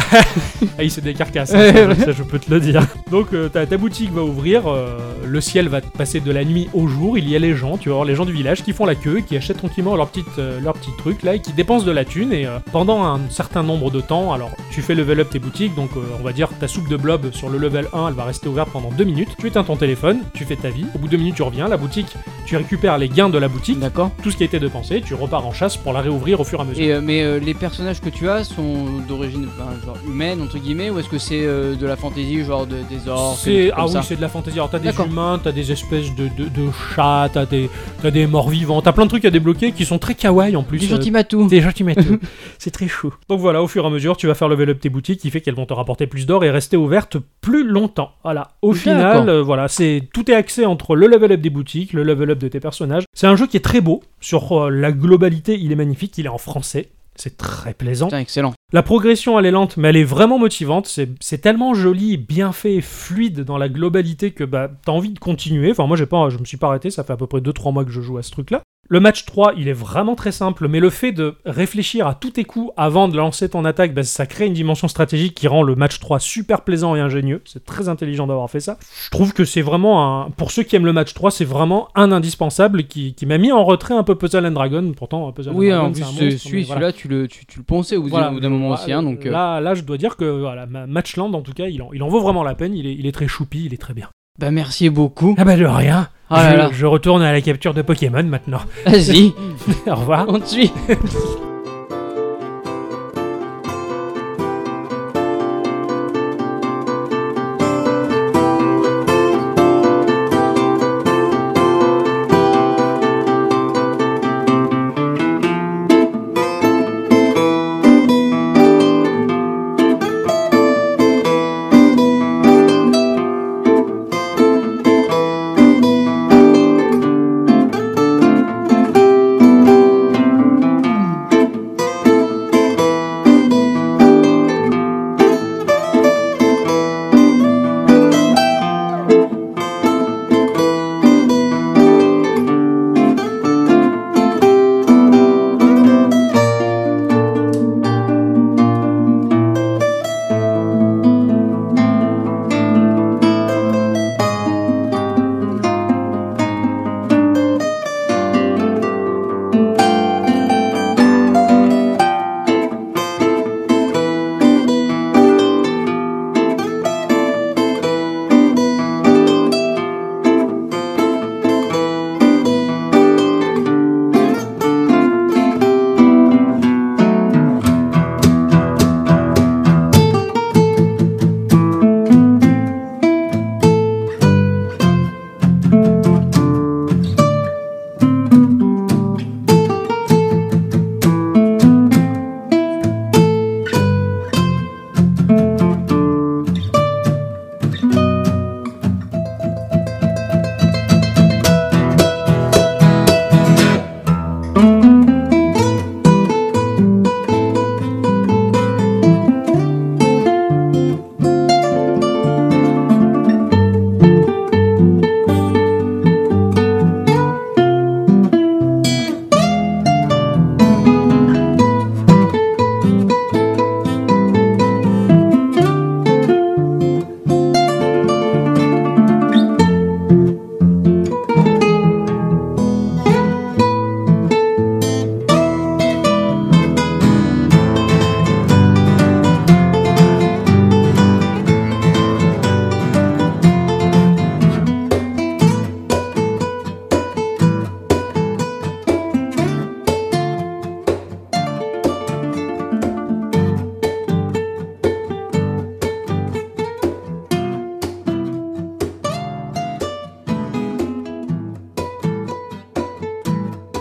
S4: Ah, il se décarcasse,
S2: Ouais,
S4: ça,
S2: ouais.
S4: ça, je peux te le dire. Donc euh, ta, ta boutique va ouvrir, euh, le ciel va passer de la nuit au jour, il y a les gens, tu vas voir les gens du village qui font la queue, qui achètent tranquillement euh, leur petit leur petit truc là, et qui dépensent de la thune, et euh, pendant un certain nombre de temps, alors tu fais level up tes boutiques, donc euh, on va dire ta soupe de blob sur le level 1, elle va rester ouverte pendant 2 minutes, tu éteins ton téléphone, tu fais ta vie, au bout de 2 minutes tu reviens, la boutique, tu récupères les gains de la boutique,
S2: D'accord.
S4: tout ce qui a été dépensé, tu repars en chasse pour la réouvrir au fur et à mesure.
S2: Et euh, mais euh, les personnages que tu as sont d'origine enfin, genre humaine entre guillemets ou est-ce que c'est euh, de la fantaisie genre de- des orques des
S4: C'est
S2: trucs
S4: ah
S2: comme
S4: oui
S2: ça
S4: c'est de la fantaisie. Alors t'as des
S2: D'accord.
S4: humains, t'as des espèces de, de, de chats, t'as des t'as des morts vivants, t'as plein de trucs à débloquer qui sont très kawaii en plus.
S2: du
S4: euh,
S2: gentil matou.
S4: Des gentils matou. c'est très chou. Donc voilà, au fur et à mesure, tu vas faire level up tes boutiques, qui fait qu'elles vont te rapporter plus d'or et rester ouvertes plus longtemps. Voilà. Au final,
S2: D'accord.
S4: euh, voilà, c'est tout est axé entre le level up des boutiques, le level up de tes personnages. C'est un jeu qui est très beau sur euh, la globalité. Il est magnifique. Il est en français. C'est très plaisant.
S2: Putain, excellent.
S4: La progression, elle est lente, mais elle est vraiment motivante. C'est c'est tellement joli, bien fait, fluide dans la globalité que bah, t'as envie de continuer. Enfin, moi, j'ai pas, je me suis pas arrêté, ça fait à peu près 2-3 mois que je joue à ce truc-là. Le match 3, il est vraiment très simple, mais le fait de réfléchir à tous tes coups avant de lancer ton attaque, bah, ça crée une dimension stratégique qui rend le match 3 super plaisant et ingénieux. C'est très intelligent d'avoir fait ça. Je trouve que c'est vraiment un. Pour ceux qui aiment le match 3, c'est vraiment un indispensable qui, qui m'a mis en retrait un peu Puzzle and Dragon. Pourtant, Puzzle
S2: Oui,
S4: and Dragon.
S2: en plus,
S4: c'est un
S2: ce-
S4: monstre, mais
S2: celui,
S4: voilà.
S2: là tu le, tu, tu le pensais au bout
S4: Voilà,
S2: d'un- au bout d'un moment
S4: Voilà,
S2: aussi. Hein, donc, euh,
S4: là, là, je dois dire que voilà, ma- Matchland, en tout cas, il en, il en vaut vraiment la peine. Il est, il est très choupi, il est très bien.
S2: Bah, merci beaucoup.
S4: Ah bah de rien.
S2: Ah là
S4: je,
S2: là.
S4: je retourne à la capture de Pokémon maintenant.
S2: Vas-y,
S4: Au revoir.
S2: on te suit.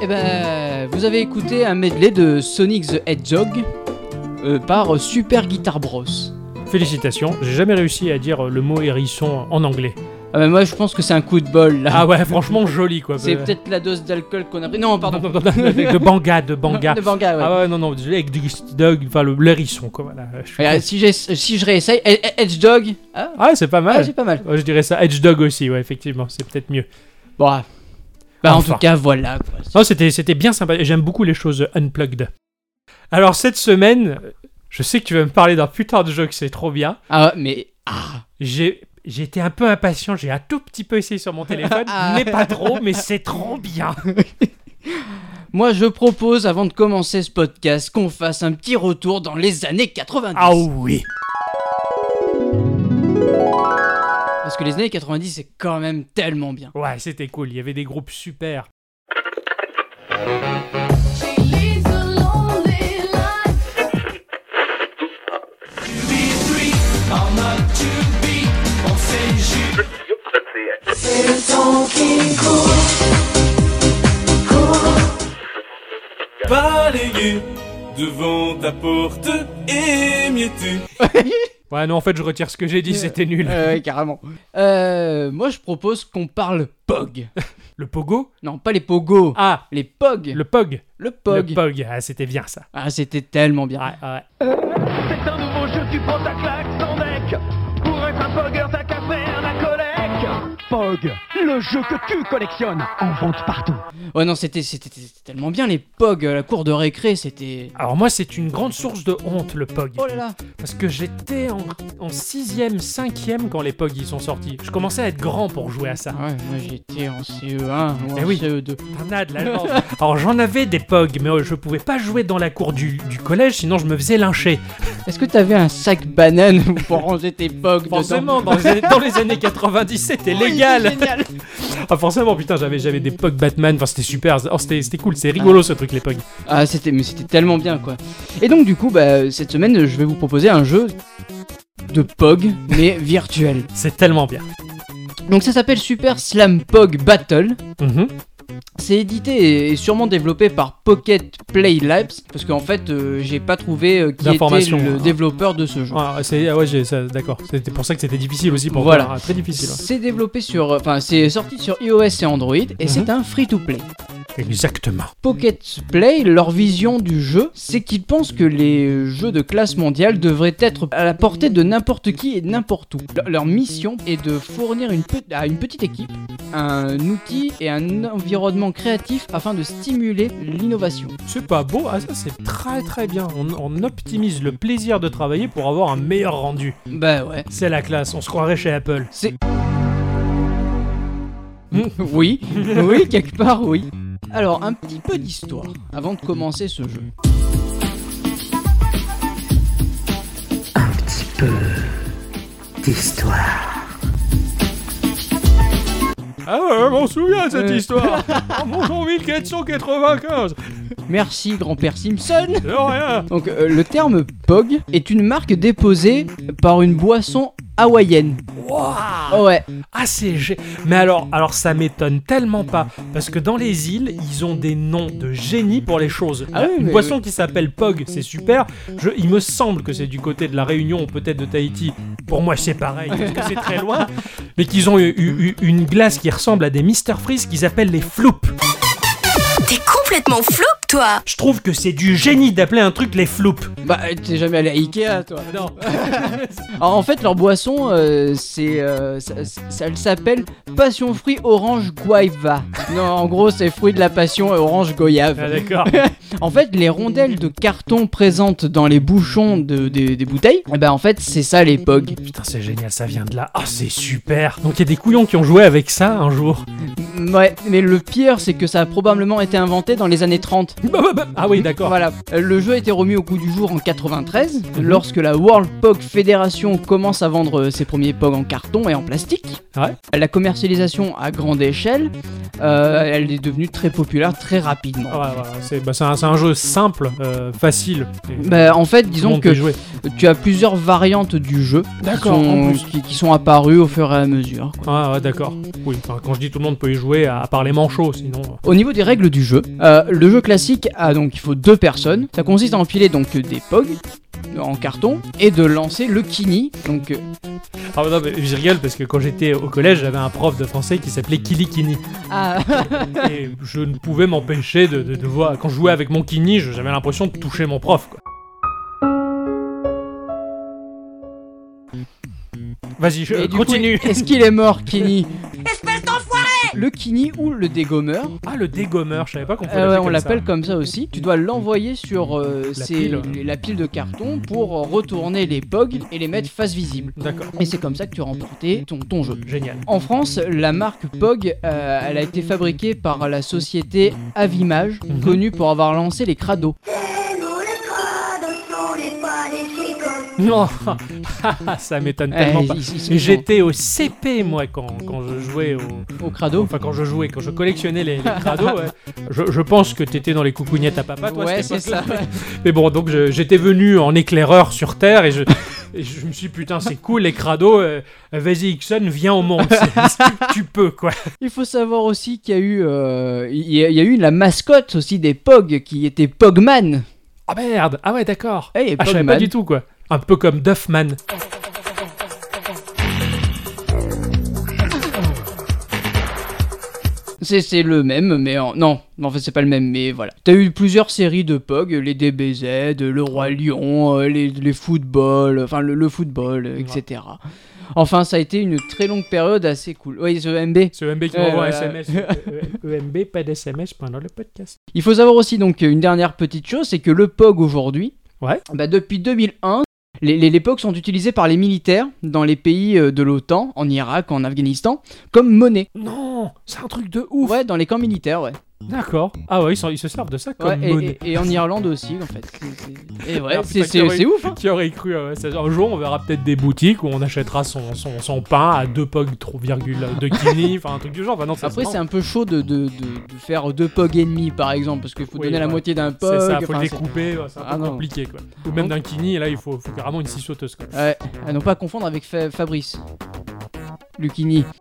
S2: Eh ben, vous avez écouté un medley de Sonic the Hedgehog euh, par Super Guitar Bros.
S4: Félicitations. J'ai jamais réussi à dire euh, le mot hérisson en anglais.
S2: Ah ben, moi, je pense que c'est un coup de bol là.
S4: Ah ouais, franchement joli quoi.
S2: c'est
S4: Euh,
S2: peut-être la dose d'alcool qu'on a pris. Non, pardon.
S4: non, non, non, de Banga, de Banga.
S2: De Banga, ouais.
S4: Ah ouais, non, non, désolé, avec du dog, enfin le- l'hérisson quoi. Voilà. Je suis-
S2: Regarde, euh, si, j'ai- si je réessaye, eh, Ed- Ed- Hedgehog. Ah,
S4: Ah, c'est pas
S2: ah,
S4: mal.
S2: c'est pas mal.
S4: Ouais, je dirais ça. Edge Dog aussi, ouais, effectivement, c'est peut-être mieux.
S2: Bon, ah. bah,
S4: Enfin.
S2: en tout cas, voilà. quoi.
S4: Non, c'était, c'était bien sympa. et J'aime beaucoup les choses unplugged. Alors, cette semaine, je sais que tu vas me parler d'un putain de jeu que c'est trop bien.
S2: Ah, ouais, mais. Ah,
S4: J'ai, j'ai été un peu impatient. J'ai un tout petit peu essayé sur mon téléphone.
S2: Ah.
S4: mais pas trop, mais c'est trop bien.
S2: Moi, je propose, avant de commencer ce podcast, qu'on fasse un petit retour dans les années 90.
S4: Ah oui.
S2: Parce que les années 90, c'est quand même tellement bien.
S4: Ouais, c'était cool. Il y avait des groupes super.
S7: She leads a lonely life.
S8: balayé devant ta porte émiettée.
S4: Ouais, non, en fait, je retire ce que j'ai dit. C'était nul.
S2: Euh, ouais, carrément. Euh, moi, je propose qu'on parle POG.
S4: Le pogo
S2: Non, pas les pogos,
S4: Ah,
S2: les pogs.
S4: le pog.
S2: Le pog.
S4: Le pog, ah, c'était bien ça.
S2: Ah, c'était tellement bien.
S4: Ouais, ouais.
S9: C'est un nouveau jeu, tu prends ta claque sans deck. Pour être un pogger, t'as qu'à faire la collecte. Pog, le jeu que tu collectionnes, en vente partout.
S2: Ouais, non, c'était c'était- c'était tellement bien les pogs, euh, la cour de récré, c'était.
S4: Alors moi, c'est une grande source de honte, le POG.
S2: Oh là là
S4: Parce que j'étais en, en 6ème, 5ème quand les POG y sont sortis. Je commençais à être grand pour jouer à ça.
S2: Ah Ouais, moi j'étais en CE1 ou en E
S4: Eh oui.
S2: CE2.
S4: Tornade, la jambe. Alors j'en avais des POG, mais euh, je pouvais pas jouer dans la cour du, du collège, sinon je me faisais lyncher.
S2: Est-ce que t'avais un sac banane où pour ranger tes pogs dedans
S4: Forcément, dans les, dans les années 90, c'était
S2: Oui,
S4: légal.
S2: c'est Oh, génial.
S4: Ah, forcément, putain, j'avais, j'avais des POG Batman, enfin c'était super, Oh, c'était, c'était cool, c'est rigolo ce truc, les POG.
S2: Ah, c'était, mais c'était tellement bien quoi. Et donc, du coup, bah, cette semaine, je vais vous proposer un jeu de POG, mais virtuel.
S4: C'est tellement bien.
S2: Donc, ça s'appelle Super Slam POG Battle.
S4: Mhm.
S2: C'est édité et sûrement développé par Pocket Play Labs, parce qu'en fait, euh, j'ai pas trouvé euh, qui était
S4: D'informations,
S2: le
S4: hein.
S2: développeur de ce jeu.
S4: Ah, c'est, ah ouais, j'ai, ça, d'accord. C'était pour ça que c'était difficile aussi pour
S2: Voilà.
S4: toi, hein, très difficile. ouais.
S2: C'est développé sur, euh, enfin, c'est sorti sur iOS et Android, et c'est un free-to-play.
S4: Exactement.
S2: Pocket Play, leur vision du jeu, c'est qu'ils pensent que les jeux de classe mondiale devraient être à la portée de n'importe qui et de n'importe où. Leur- Leur mission est de fournir une pe- à une petite équipe un outil et un environnement créatif afin de stimuler l'innovation.
S4: C'est pas beau, ah ça c'est très très bien. On, on optimise le plaisir de travailler pour avoir un meilleur rendu.
S2: Bah ouais.
S4: C'est la classe, on se croirait chez Apple.
S2: C'est. Oui, oui, quelque part, oui. Alors, un petit peu d'histoire avant de commencer ce jeu.
S4: Ah ouais, je m'en souviens de cette histoire Oh, En 1495
S2: Merci, grand-père Simpson
S4: De rien
S2: Donc, euh, le terme POG est une marque déposée par une boisson hawaïenne.
S4: Wouah
S2: Oh ouais,
S4: Ah c'est gé- Mais alors, alors ça m'étonne tellement pas, parce que dans les îles, ils ont des noms de génie pour les choses.
S2: Ah oui,
S4: Une
S2: mais-
S4: boisson qui s'appelle Pog, c'est super. Je, il me semble que c'est du côté de la Réunion ou peut-être de Tahiti. Pour moi c'est pareil, parce que c'est très loin. Mais qu'ils ont eu, eu- eu une glace qui ressemble à des Mister Freeze qu'ils appellent les Floups.
S10: T'es complètement flou, toi
S4: Je trouve que c'est du génie d'appeler un truc les Floups.
S2: bah euh, t'es jamais allé à Ikea toi.
S4: Non.
S2: Alors en fait leur boisson euh, c'est euh, ça, ça- ça- elle s'appelle passion fruit orange guava. Non en gros c'est fruit de la passion et orange
S4: Ah,
S2: goyave.
S4: d'accord.
S2: En fait les rondelles de carton présentes dans les bouchons de- des- des bouteilles, et ben en fait c'est ça les POG.
S4: Putain, c'est génial, ça vient de là. Ah, c'est super. Donc, il y a des couillons qui ont joué avec ça un jour.
S2: M- Ouais mais le pire c'est que ça a probablement été inventé dans les années 30.
S4: Bah, bah, bah. Ah, oui, d'accord. Mhm.
S2: Voilà, Euh, le jeu a été remis au goût du jour en 93, lorsque la World POG Federation commence à vendre euh, ses premiers POG en carton et en plastique.
S4: Ouais.
S2: La commercialisation à grande échelle, euh, elle est devenue très populaire très rapidement.
S4: Ah, ouais, ouais, ouais, c'est bah, c'est un, c'est un jeu simple, euh, facile. Et-
S2: Bah, en fait,
S4: tout le
S2: disons
S4: monde
S2: que
S4: peut y jouer.
S2: tu as plusieurs variantes du jeu qui
S4: D'accord, en
S2: sont,
S4: plus.
S2: qui, qui sont apparues au fur et à mesure. quoi.
S4: Ah, ouais, d'accord. Oui, enfin, quand je dis tout le monde peut y jouer, à, à part les manchots, sinon. euh.
S2: Au niveau des règles du jeu, euh, le jeu classique a donc il faut deux personnes. Ça consiste à empiler donc des POG en carton et de lancer le kini, donc euh,
S4: Ah, bah, non, mais je rigole parce que quand j'étais au collège, j'avais un prof de français qui s'appelait Kili Kini.
S2: à-
S4: et je ne pouvais m'empêcher de, de- de voir. Quand je jouais avec mon Kini, je- j'avais l'impression de toucher mon prof, quoi. Vas-y, je-
S2: Et du coup,
S4: Euh, continue.
S2: Est-ce qu'il est mort, Kini Espèce d'enfoiré Le Kini ou le dégommeur,
S4: Ah, le dégommeur, je savais pas qu'on pouvait
S2: euh, ouais, on
S4: l'appeler comme
S2: l'appelle
S4: ça.
S2: comme ça aussi, tu dois l'envoyer sur euh,
S4: La
S2: ses-
S4: pile.
S2: les- la pile de carton pour euh, retourner les POG et les mettre face visible.
S4: D'accord,
S2: Et c'est comme ça que tu as remporté ton, ton jeu.
S4: génial.
S2: En France, la marque POG, euh, elle a été fabriquée par la société Avimage,
S4: Mhm.
S2: connue pour avoir lancé les crados.
S4: Non, ça m'étonne tellement
S2: Eh,
S4: pas.
S2: ils- ils sont-
S4: Mais J'étais au CP moi quand, quand je jouais au
S2: au crado.
S4: enfin quand je jouais quand je collectionnais les, les crados ouais. je, je pense que t'étais dans les coucougnettes à papa toi à
S2: ouais,
S4: cette
S2: c'est ça.
S4: époque-là. mais bon donc je- j'étais venu en éclaireur sur terre et je, et je me suis dit, putain c'est cool les crados euh, vas-y Ixon viens au monde C'est- c'est- tu, tu peux quoi
S2: Il faut savoir aussi qu'il y a eu, euh, il y a- il y a eu la mascotte aussi des POG qui était Pogman.
S4: ah merde ah ouais d'accord
S2: Eh, il y a
S4: ah, je savais
S2: Pogman.
S4: pas du tout quoi un peu comme Duffman
S2: C'est c'est le même, mais en... non, en fait c'est pas le même, mais voilà. T'as eu plusieurs séries de POG, les DBZ, le Roi Lion, euh, les, les football, enfin le, le football, euh, etc. Enfin, ça a été une très longue période assez cool. Oui, ce MB.
S4: Ce MB qui
S2: Euh,
S4: m'envoie un
S2: voilà.
S4: SMS. Euh, EMB, pas d'SMS pendant le podcast.
S2: Il faut savoir aussi donc une dernière petite chose, c'est que le POG aujourd'hui,
S4: Ouais.
S2: bah, depuis 2001, les, les, les POG sont utilisés par les militaires dans les pays euh, de l'OTAN, en Irak, en Afghanistan, comme monnaie.
S4: Non, c'est un truc de ouf.
S2: Ouais, dans les camps militaires, ouais.
S4: D'accord. Ah ouais, ils, sont- ils se servent de ça
S2: Ouais,
S4: comme
S2: et-
S4: monnaie.
S2: et, et en Irlande aussi, en fait. C'est- c'est- Et ouais,
S4: Ah,
S2: c'est-
S4: putain, qui
S2: c'est
S4: aurait-
S2: c'est ouf. hein.
S4: Qui aurait cru euh, ouais, ça- Un jour, on verra peut-être des boutiques où on achètera son, son, son pain à 2 POG 3,2 kini, enfin un truc du genre. Enfin, non, ça se
S2: Après,
S4: vend.
S2: c'est un peu chaud de, de, de, de faire deux POG et demi, par exemple, parce qu'il faut
S4: Oui,
S2: donner la
S4: ouais.
S2: moitié d'un POG.
S4: C'est ça, faut
S2: enfin,
S4: le
S2: c'est-
S4: découper, ouais, c'est un
S2: Ah,
S4: peu
S2: non.
S4: compliqué quoi. Ou même d'un kini, et là il faut, faut carrément une scie sauteuse quoi.
S2: Ouais, à non pas confondre avec Fa- Fabrice. Lucini.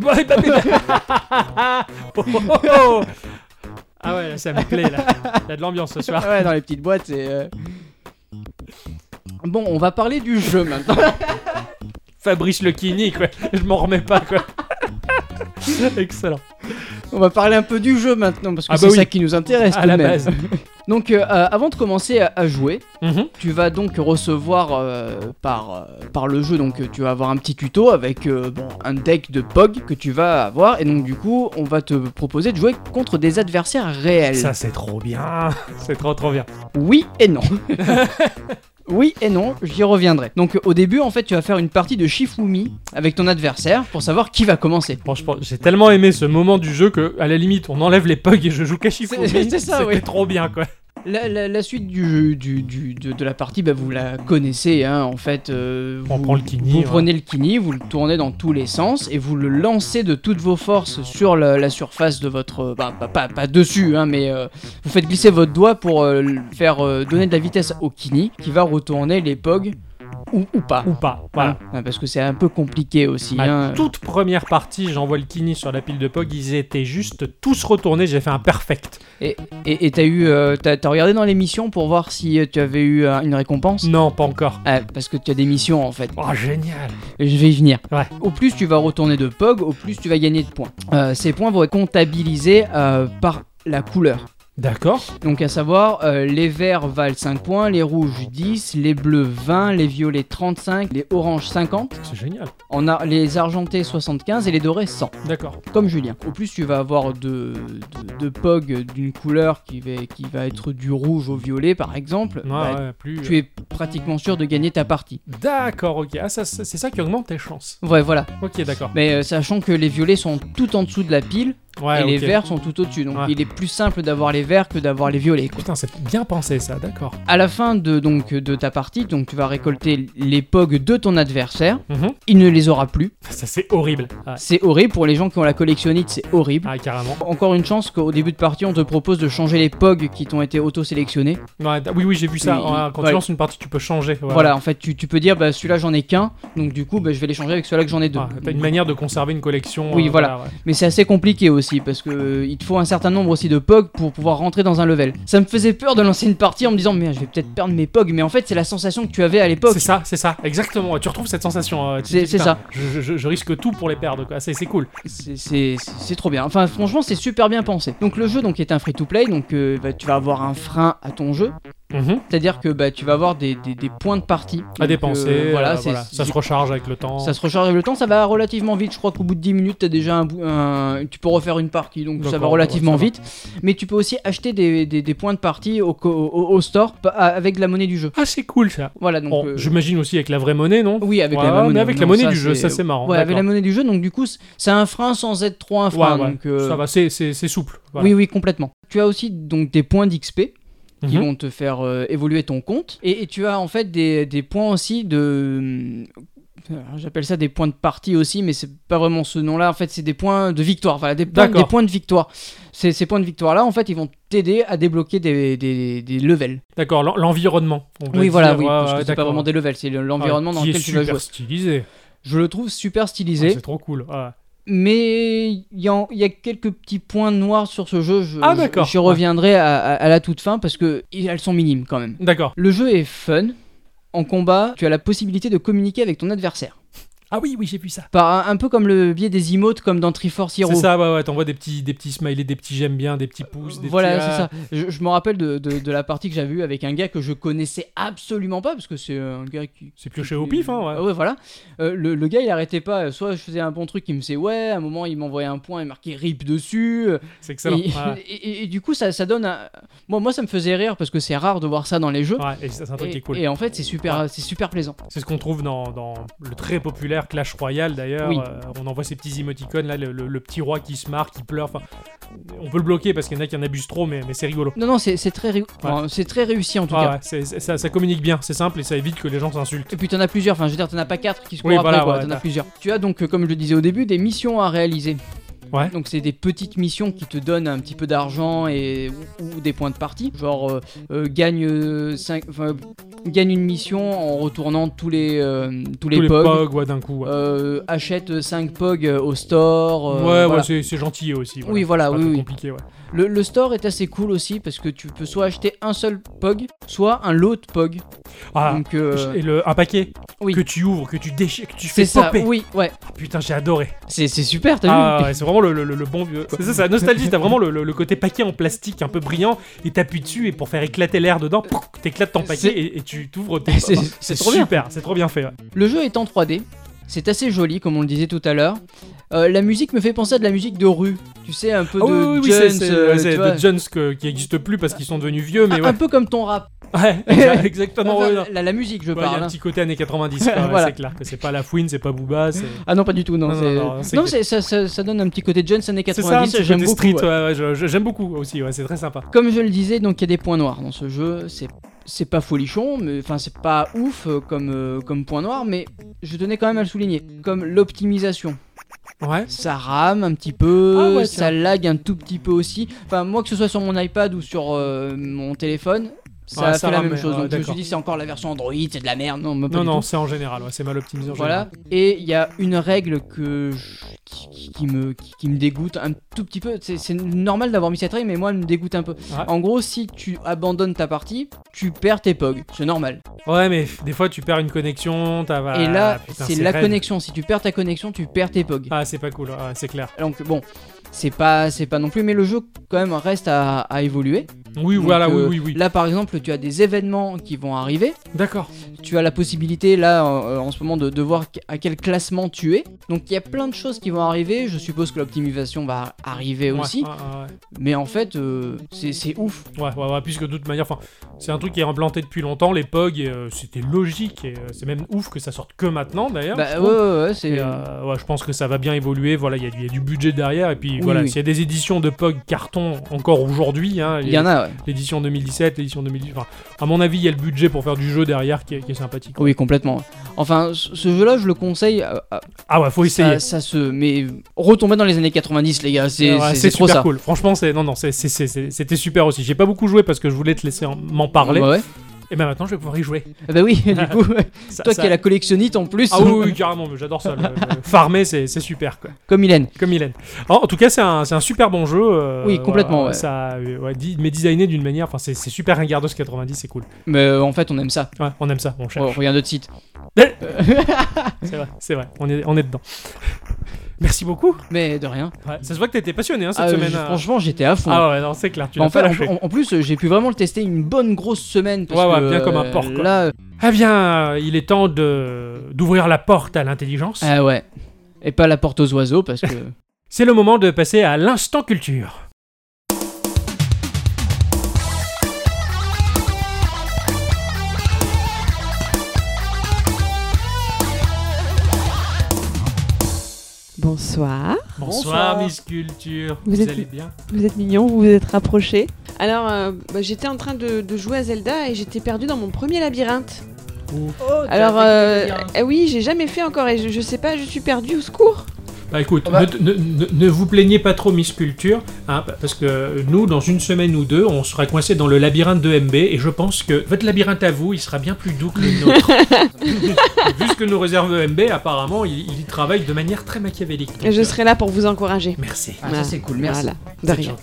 S4: Ouais, bah, mais- Oh, oh, oh. Ah ouais, là, ça me plaît là. Il y a de l'ambiance ce soir.
S2: Ah ouais, dans les petites boîtes, c'est. euh. Bon, on va parler du jeu maintenant.
S4: Fabrice le kini quoi. Je m'en remets pas quoi. Excellent.
S2: On va parler un peu du jeu maintenant, parce que
S4: Ah bah
S2: c'est
S4: oui.
S2: ça qui nous intéresse
S4: À
S2: tout de
S4: la
S2: même.
S4: base.
S2: Donc, euh, euh, avant de commencer à- à jouer,
S4: Mhm.
S2: Tu vas donc recevoir euh, par, euh, par le jeu, donc euh, tu vas avoir un petit tuto avec euh, bon, un deck de POG que tu vas avoir, et donc du coup, on va te proposer de jouer contre des adversaires réels.
S4: Ça c'est trop bien. C'est trop trop bien.
S2: Oui et non. oui et non, j'y reviendrai. Donc au début, en fait, tu vas faire une partie de Shifumi avec ton adversaire pour savoir qui va commencer.
S4: Franchement, j'ai tellement aimé ce moment du jeu que, à la limite, on enlève les pugs et je joue Kashifumi.
S2: C'est- c'est ça,
S4: C'était
S2: oui.
S4: trop bien, quoi.
S2: La, la- la suite du, jeu- du- du- de, de la partie, bah, vous la connaissez, hein, en fait. euh,
S4: On
S2: vous-
S4: prend le kini, hein.
S2: Vous
S4: ouais.
S2: prenez le kini, vous le tournez dans tous les sens et vous le lancez de toutes vos forces sur la, la surface de votre. Bah, bah, pas, pas dessus, hein, mais euh, vous faites glisser votre doigt pour euh, le faire euh, donner de la vitesse au kini qui va retourner les pogs ou, ou pas.
S4: Ou pas, voilà. Bah,
S2: Hein, parce que c'est un peu compliqué aussi.
S4: Ma
S2: hein.
S4: toute première partie, j'envoie le kini sur la pile de pog, ils étaient juste tous retournés, j'ai fait un perfect.
S2: Et et t'as eu, euh, t'as t'as regardé dans les missions pour voir si euh, tu avais eu euh, une récompense.
S4: Non, pas encore.
S2: Ah, parce que tu as des missions en fait.
S4: Oh, génial.
S2: Et Je vais y venir.
S4: Ouais.
S2: Au plus tu vas retourner de POG, au plus tu vas gagner de points. Euh, ces points vont être comptabilisés euh, par la couleur.
S4: D'accord.
S2: Donc à savoir, euh, les verts valent 5 points, les rouges 10, les bleus 20, les violets 35, les oranges 50,
S4: C'est génial.
S2: en a- les argentés 75 et les dorés 100,
S4: D'accord.
S2: comme Julien. Au plus tu vas avoir de, de, de POG d'une couleur qui va, qui va être du rouge au violet par exemple,
S4: Ouais,
S2: bah,
S4: ouais, plus.
S2: tu es pratiquement sûr de gagner ta partie.
S4: D'accord, ok. Ah, ça, ça- c'est ça qui augmente tes chances.
S2: Ouais voilà,
S4: Ok, d'accord.
S2: mais euh, sachant que les violets sont tout en dessous de la pile,
S4: Ouais,
S2: et les
S4: ok.
S2: verts sont tout au-dessus. Donc
S4: Ouais.
S2: il est plus simple d'avoir les verts que d'avoir les violets. quoi.
S4: Putain, c'est bien pensé ça, d'accord.
S2: À la fin de, donc, de ta partie, donc, tu vas récolter les pogs de ton adversaire.
S4: Mhm.
S2: Il ne les aura plus.
S4: Ça, c'est horrible. Ah,
S2: C'est horrible. Pour les gens qui ont la collectionnite, c'est horrible.
S4: ah, carrément.
S2: Encore une chance qu'au début de partie, on te propose de changer les pogs qui t'ont été auto-sélectionnés.
S4: Ouais, d- oui, oui, j'ai vu ça.
S2: Oui,
S4: Ouais, quand
S2: ouais.
S4: tu lances une partie, tu peux changer. ouais.
S2: Voilà, en fait, tu, tu peux dire bah, celui-là j'en ai qu'un, donc du coup bah, je vais les changer avec celui-là que j'en ai deux.
S4: Ah, T'as une manière de conserver une collection. euh,
S2: Oui, voilà.
S4: ouais.
S2: Mais c'est assez compliqué aussi parce que euh, il te faut un certain nombre aussi de pogs pour pouvoir rentrer dans un level. Ça me faisait peur de lancer une partie en me disant mais je vais peut-être perdre mes pogs, mais en fait c'est la sensation que tu avais à l'époque.
S4: C'est ça, c'est ça, exactement. Tu retrouves cette sensation. euh, tu-
S2: C'est-
S4: tu-
S2: c'est
S4: putain,
S2: ça.
S4: Je, je- je risque tout pour les perdre, quoi. C'est c'est cool.
S2: C'est- C'est c'est trop bien. Enfin franchement c'est super bien pensé. Donc le jeu donc est un free to play donc euh, bah, tu vas avoir un frein à ton jeu,
S4: Mhm.
S2: c'est-à-dire que bah, tu vas avoir des, des- des points de partie
S4: À
S2: Donc,
S4: dépenser.
S2: euh,
S4: voilà,
S2: voilà, c'est-
S4: ça se recharge avec le temps.
S2: ça se recharge avec le temps, ça va relativement vite. Je crois qu'au bout de 10 minutes, as déjà un, bout- un- tu peux refaire une partie, donc ça va
S4: D'accord,
S2: relativement
S4: ouais,
S2: vite. Mais tu peux aussi acheter des, des- des points de partie au, co- au- au store pa- à- avec la monnaie du jeu.
S4: Ah, c'est cool ça.
S2: Voilà, donc.
S4: Bon,
S2: euh,
S4: J'imagine aussi avec la vraie monnaie, non
S2: Oui, avec
S4: Oh, Ouais,
S2: la
S4: mais
S2: monnaie,
S4: avec
S2: non,
S4: la monnaie
S2: ça,
S4: du jeu, ça c'est marrant.
S2: Ouais, avec
S4: d'accord.
S2: la monnaie du jeu, donc du coup, c- c'est un frein sans être trop un frein.
S4: Ouais, ouais,
S2: donc, euh,
S4: Ça va, c'est- c'est c'est souple. voilà.
S2: Oui, oui, complètement. Tu as aussi donc des points d'XP qui
S4: Mhm.
S2: vont te faire euh, évoluer ton compte. Et, et tu as en fait des, des points aussi de... alors, J'appelle ça des points de partie aussi, mais c'est pas vraiment ce nom-là. En fait, c'est des points de victoire. Voilà, des points,
S4: D'accord.
S2: des points de victoire. Ces, ces points de victoire-là, en fait, ils vont t'aider à débloquer des, des- des levels.
S4: D'accord, l'en- l'environnement. on doit
S2: Oui,
S4: dire,
S2: voilà,
S4: ouais,
S2: oui. Parce
S4: ouais,
S2: que c'est pas
S4: d'accord.
S2: vraiment des levels, c'est le- l'environnement
S4: Ah,
S2: dans
S4: qui
S2: lequel
S4: est
S2: tu vas
S4: super
S2: jouer.
S4: stylisé.
S2: Je le trouve super
S4: Ah,
S2: stylisé,
S4: c'est trop cool. ouais.
S2: mais il y, en- il y a quelques petits points noirs sur ce jeu. Je,
S4: Ah,
S2: je-
S4: d'accord.
S2: J'y reviendrai à, à- à la toute fin parce que i- elles sont minimes quand même.
S4: D'accord.
S2: Le jeu est fun. En combat, tu as la possibilité de communiquer avec ton adversaire.
S4: Ah oui, oui, j'ai vu ça.
S2: Par un, un peu comme le biais des emotes, comme dans Triforce Hero.
S4: C'est ça, ouais, ouais, t'envoies des petits, des petits smileys, des petits j'aime bien, des petits pouces, des
S2: Voilà,
S4: petits-
S2: c'est ça.
S4: Ah.
S2: Je, je me rappelle de, de- de la partie que j'avais eue avec un gars que je connaissais absolument pas, parce que c'est un gars qui.
S4: C'est pioché au pif, hein, ouais.
S2: Ah ouais, voilà. Euh, le, le gars, il arrêtait pas. Soit je faisais un bon truc, il me disait ouais. À un moment, il m'envoyait un point, il marquait rip dessus.
S4: C'est excellent.
S2: Et,
S4: Ouais.
S2: et- et- et du coup, ça, ça donne. un- Moi, moi, ça me faisait rire parce que c'est rare de voir ça dans les jeux.
S4: Ouais, et ça, c'est Ah, un truc
S2: et,
S4: qui est cool.
S2: et en fait, c'est super, c'est super plaisant.
S4: C'est ce qu'on trouve dans, dans le très populaire Clash Royale d'ailleurs.
S2: Oui.
S4: Euh, on envoie ces petits émoticônes là, le, le- le petit roi qui se marre, qui pleure. Enfin, on peut le bloquer parce qu'il y en a qui en abusent trop, mais, mais c'est rigolo.
S2: Non, non, c'est c'est très, ré- enfin, c'est très réussi en tout
S4: Ah
S2: cas.
S4: ouais, c'est- c'est- ça, ça communique bien, c'est simple et ça évite que les gens s'insultent.
S2: Et puis t'en as plusieurs, enfin je veux dire, t'en as pas quatre qui se courent
S4: Oui,
S2: après,
S4: voilà,
S2: quoi,
S4: ouais,
S2: t'en as
S4: t'as-
S2: plusieurs. Tu as donc, euh, comme je le disais au début, des missions à réaliser.
S4: Ouais.
S2: Donc c'est des petites missions qui te donnent un petit peu d'argent et ou, ou des points de partie. Genre euh, euh, gagne euh, cinq- enfin, gagne une mission en retournant tous les euh, tous les,
S4: Tous les
S2: pogs.
S4: pogs, ouais, d'un coup. Ouais,
S2: Euh, achète 5 pogs euh, au store. euh,
S4: ouais, ouais,
S2: voilà.
S4: c'est c'est gentil aussi.
S2: Oui, voilà,
S4: C'est pas
S2: oui,
S4: trop
S2: oui.
S4: compliqué, ouais.
S2: le, le store est assez cool aussi parce que tu peux soit acheter un seul pog, soit un lot de pog.
S4: Ah,
S2: Donc euh,
S4: Et le, un paquet
S2: oui.
S4: que tu ouvres, que tu déchires, que tu fais
S2: c'est ça.
S4: popper.
S2: Oui, ouais.
S4: Putain, j'ai adoré.
S2: C'est c'est super, t'as vu
S4: Ah, ouais, c'est vraiment le, le- le- le bon vieux. C'est ça, c'est la nostalgie. T'as vraiment le, le- le côté paquet en plastique un peu brillant et t'appuies dessus et pour faire éclater l'air dedans, pouf, t'éclates ton
S2: C'est-
S4: paquet et, et tu t'ouvres tes.
S2: C'est-
S4: Enfin,
S2: c'est trop bien.
S4: super, c'est trop bien fait. ouais.
S2: Le jeu est en 3D. C'est assez joli, comme on le disait tout à l'heure. Euh, la musique me fait penser à de la musique de rue. Tu sais, un peu
S4: Ah
S2: de
S4: oui, oui, oui,
S2: Jones,
S4: c'est- c'est
S2: euh,
S4: ouais, c'est
S2: tu vois.
S4: de Jones que- qui n'existe plus parce qu'ils sont devenus vieux, mais
S2: Un-
S4: ouais.
S2: Un peu comme ton rap.
S4: Ouais, exa- exactement.
S2: Enfin,
S4: ouais, non.
S2: la, la musique, ah. je
S4: Ouais, Il y
S2: parle.
S4: a un
S2: hein.
S4: petit côté années 90, quoi, ouais,
S2: Voilà.
S4: c'est clair que c'est pas la fouine, c'est pas Booba, c'est.
S2: Ah non, pas du tout, non.
S4: Non, non,
S2: c'est-
S4: non, non, c'est
S2: c'est-
S4: que-
S2: ça, ça- ça donne un petit côté Jones années
S4: C'est ça, un
S2: 90,
S4: petit
S2: j'aime
S4: côté
S2: beaucoup.
S4: street,
S2: ouais.
S4: ouais, ouais, je- je- j'aime beaucoup aussi, ouais, c'est très sympa.
S2: Comme je le disais, donc il y a des points noirs dans ce jeu. C'est c'est pas folichon, mais enfin c'est pas ouf euh, comme euh, comme point noir, mais je tenais quand même à le souligner. Comme l'optimisation,
S4: Ouais.
S2: ça rame un petit peu,
S4: Ah ouais,
S2: ça lag un tout petit peu aussi. Enfin moi que ce soit sur mon iPad ou sur euh, mon téléphone, ça
S4: Ouais,
S2: a
S4: ça
S2: fait la
S4: rame,
S2: même
S4: mais-
S2: chose.
S4: ouais,
S2: donc je me suis
S4: d'accord.
S2: dit c'est encore la version Android, c'est de la merde. Non, mais pas
S4: Non,
S2: du
S4: non,
S2: tout.
S4: c'est en général, ouais, c'est mal optimisé en général.
S2: Voilà. Et il y a une règle que je- qui, qui- qui me, qui, qui me dégoûte un tout petit peu. C'est c'est normal d'avoir mis cette règle, mais moi, elle me dégoûte un peu.
S4: Ouais.
S2: En gros, si tu abandonnes ta partie, tu perds tes pogs. C'est normal.
S4: Ouais, mais f- des fois tu perds une connexion, t'as.
S2: Et là,
S4: Ah, putain,
S2: c'est la
S4: raide.
S2: connexion. Si tu perds ta connexion, tu perds tes pogs.
S4: Ah, c'est pas cool, ouais, c'est clair.
S2: Donc, bon. C'est pas, c'est pas non plus, mais le jeu quand même reste à, à évoluer.
S4: Oui,
S2: Donc,
S4: voilà,
S2: euh,
S4: oui, oui, oui.
S2: Là par exemple, tu as des événements qui vont arriver.
S4: D'accord.
S2: Tu as la possibilité là euh, en ce moment de, de voir qu- à quel classement tu es. Donc il y a plein de choses qui vont arriver. Je suppose que l'optimisation va arriver
S4: Ouais,
S2: aussi.
S4: ouais, ouais,
S2: Mais en fait, euh, c'est c'est ouf.
S4: ouais, ouais, ouais, puisque de toute manière, enfin, c'est un truc qui est implanté depuis longtemps, les POG, et, euh, c'était logique, et euh, c'est même ouf que ça sorte que maintenant d'ailleurs. je
S2: Bah ouais,
S4: trouve.
S2: ouais, ouais, c'est.
S4: Et, euh, ouais, je pense que ça va bien évoluer. Voilà, il y, a du- il y a du budget derrière. Et puis
S2: Oui,
S4: voilà,
S2: oui.
S4: s'il y a des éditions de POG carton encore aujourd'hui, hein,
S2: Il y en a, ouais.
S4: l'édition 2017, l'édition 2018, enfin, à mon avis, il y a le budget pour faire du jeu derrière qui est, qui est sympathique.
S2: Oui, complètement. Enfin, ce ce jeu-là, je le conseille. euh, euh,
S4: Ah ouais, faut essayer.
S2: ça, ça se. Mais retomber dans les années 90, les gars, c'est
S4: Ouais,
S2: c'est- c'est
S4: c'est
S2: trop
S4: super
S2: ça.
S4: cool. Franchement, c'est non non, c'est- c'est- c'est- c'est- c'était super aussi. J'ai pas beaucoup joué parce que je voulais te laisser en- m'en parler.
S2: Ouais, ouais.
S4: Et ben maintenant, je vais pouvoir y jouer.
S2: Ah Bah oui, du coup,
S4: Ça-
S2: toi
S4: ça-
S2: qui as la collectionnite en plus,
S4: Ah oui, oui, oui, carrément, mais j'adore ça. le- le- Farmer, c'est c'est super, quoi.
S2: comme Hélène.
S4: Comme Hélène. En, en tout cas, c'est un, c'est un super bon jeu. euh,
S2: Oui, complètement,
S4: voilà,
S2: ouais.
S4: Ça, euh, ouais, di- mais designé d'une manière, enfin, c'est c'est super Ringardos 90, c'est cool.
S2: Mais euh, en fait, on aime ça.
S4: Ouais, on aime ça, on cherche.
S2: Oh, regarde d'autres sites.
S4: C'est vrai, c'est vrai, on est, on est dedans. Merci beaucoup.
S2: Mais de rien.
S4: Ouais, ça se voit que t'étais passionné hein, cette
S2: Ah,
S4: semaine.
S2: j-
S4: hein.
S2: Franchement, j'étais à fond.
S4: Ah ouais, non, c'est clair, tu l'as
S2: en, fait,
S4: pas lâché.
S2: en, en plus, euh, j'ai pu vraiment le tester une bonne grosse semaine. Parce
S4: Ouais, ouais,
S2: que,
S4: bien comme un
S2: euh,
S4: porc, quoi.
S2: Là, euh,
S4: Eh bien, il est temps de d'ouvrir la porte à l'intelligence.
S2: ah ouais. Et pas la porte aux oiseaux parce que.
S4: C'est le moment de passer à l'instant culture.
S11: Bonsoir.
S4: Bonsoir,
S11: Bonsoir.
S4: Miss Culture. Vous,
S11: Vous êtes-
S4: allez bien
S11: Vous êtes mignons, vous vous êtes rapprochés. Alors, euh, bah, j'étais en train de, de jouer à Zelda et j'étais perdue dans mon premier labyrinthe. Alors, euh, eh oui, j'ai jamais fait encore et je, je sais pas, je suis perdue, au secours.
S4: Bah écoute,
S2: On va-
S4: ne, ne- ne- ne vous plaignez pas trop, Miss Culture, hein, parce que nous, dans une semaine ou deux, on sera coincé dans le labyrinthe de MB, et je pense que votre labyrinthe à vous, il sera bien plus doux que le nôtre. Vu ce que nous réserve MB, apparemment, il, il y travaille de manière très machiavélique. euh,
S11: Et je serai là pour vous encourager.
S4: Merci.
S2: Ah, ça c'est cool, merci.
S11: Voilà. De rien.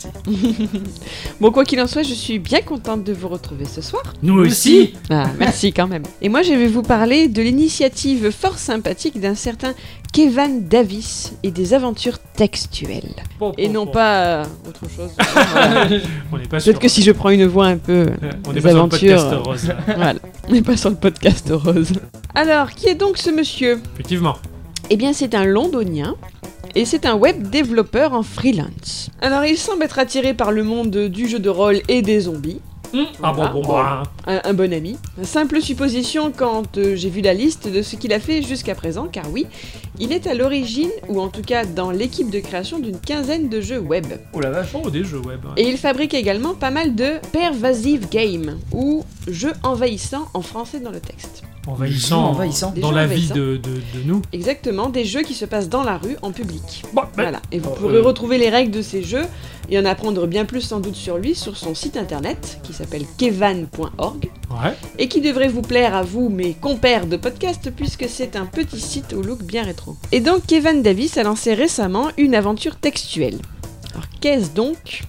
S11: bon, quoi qu'il en soit, je suis bien contente de vous retrouver ce soir.
S4: Nous aussi.
S11: Ah, merci quand même. Et moi, je vais vous parler de l'initiative fort sympathique d'un certain Kevin Davis et des aventures textuelles.
S4: Oh,
S11: et non pas euh, autre chose. Voilà.
S4: On n'est pas sûr.
S11: Peut-être que si je prends une voix un peu
S4: Ouais, on
S11: des
S4: n'est pas sur le
S11: aventures,
S4: podcast rose, là.
S11: voilà, on n'est pas sur le podcast rose. Alors, qui est donc ce monsieur
S4: Effectivement.
S11: eh bien, c'est un londonien et c'est un web développeur en freelance. Alors, il semble être attiré par le monde du jeu de rôle et des zombies.
S4: Ah bon, bon, bah.
S11: Un, un bon ami. Simple supposition quand euh, j'ai vu la liste de ce qu'il a fait jusqu'à présent, car oui, il est à l'origine, ou en tout cas dans l'équipe de création d'une quinzaine de jeux web.
S4: Oh la vache, oh, des jeux web. ouais.
S11: Et il fabrique également pas mal de pervasive games, ou jeux envahissants en français dans le texte.
S4: Envahissant.
S11: Envahissant. Des
S4: Dans
S11: jeux
S4: la vie
S11: envahissants.
S4: de, de, de nous.
S11: Exactement, des jeux qui se passent dans la rue, en public. voilà. Et vous
S4: euh,
S11: pourrez
S4: euh.
S11: retrouver les règles de ces jeux et en apprendre bien plus sans doute sur lui sur son site internet qui s'appelle kevan.org
S4: Ouais.
S11: et qui devrait vous plaire à vous, mes compères de podcast, puisque c'est un petit site au look bien rétro. Et donc, Kevin Davis a lancé récemment une aventure textuelle. Alors, qu'est-ce donc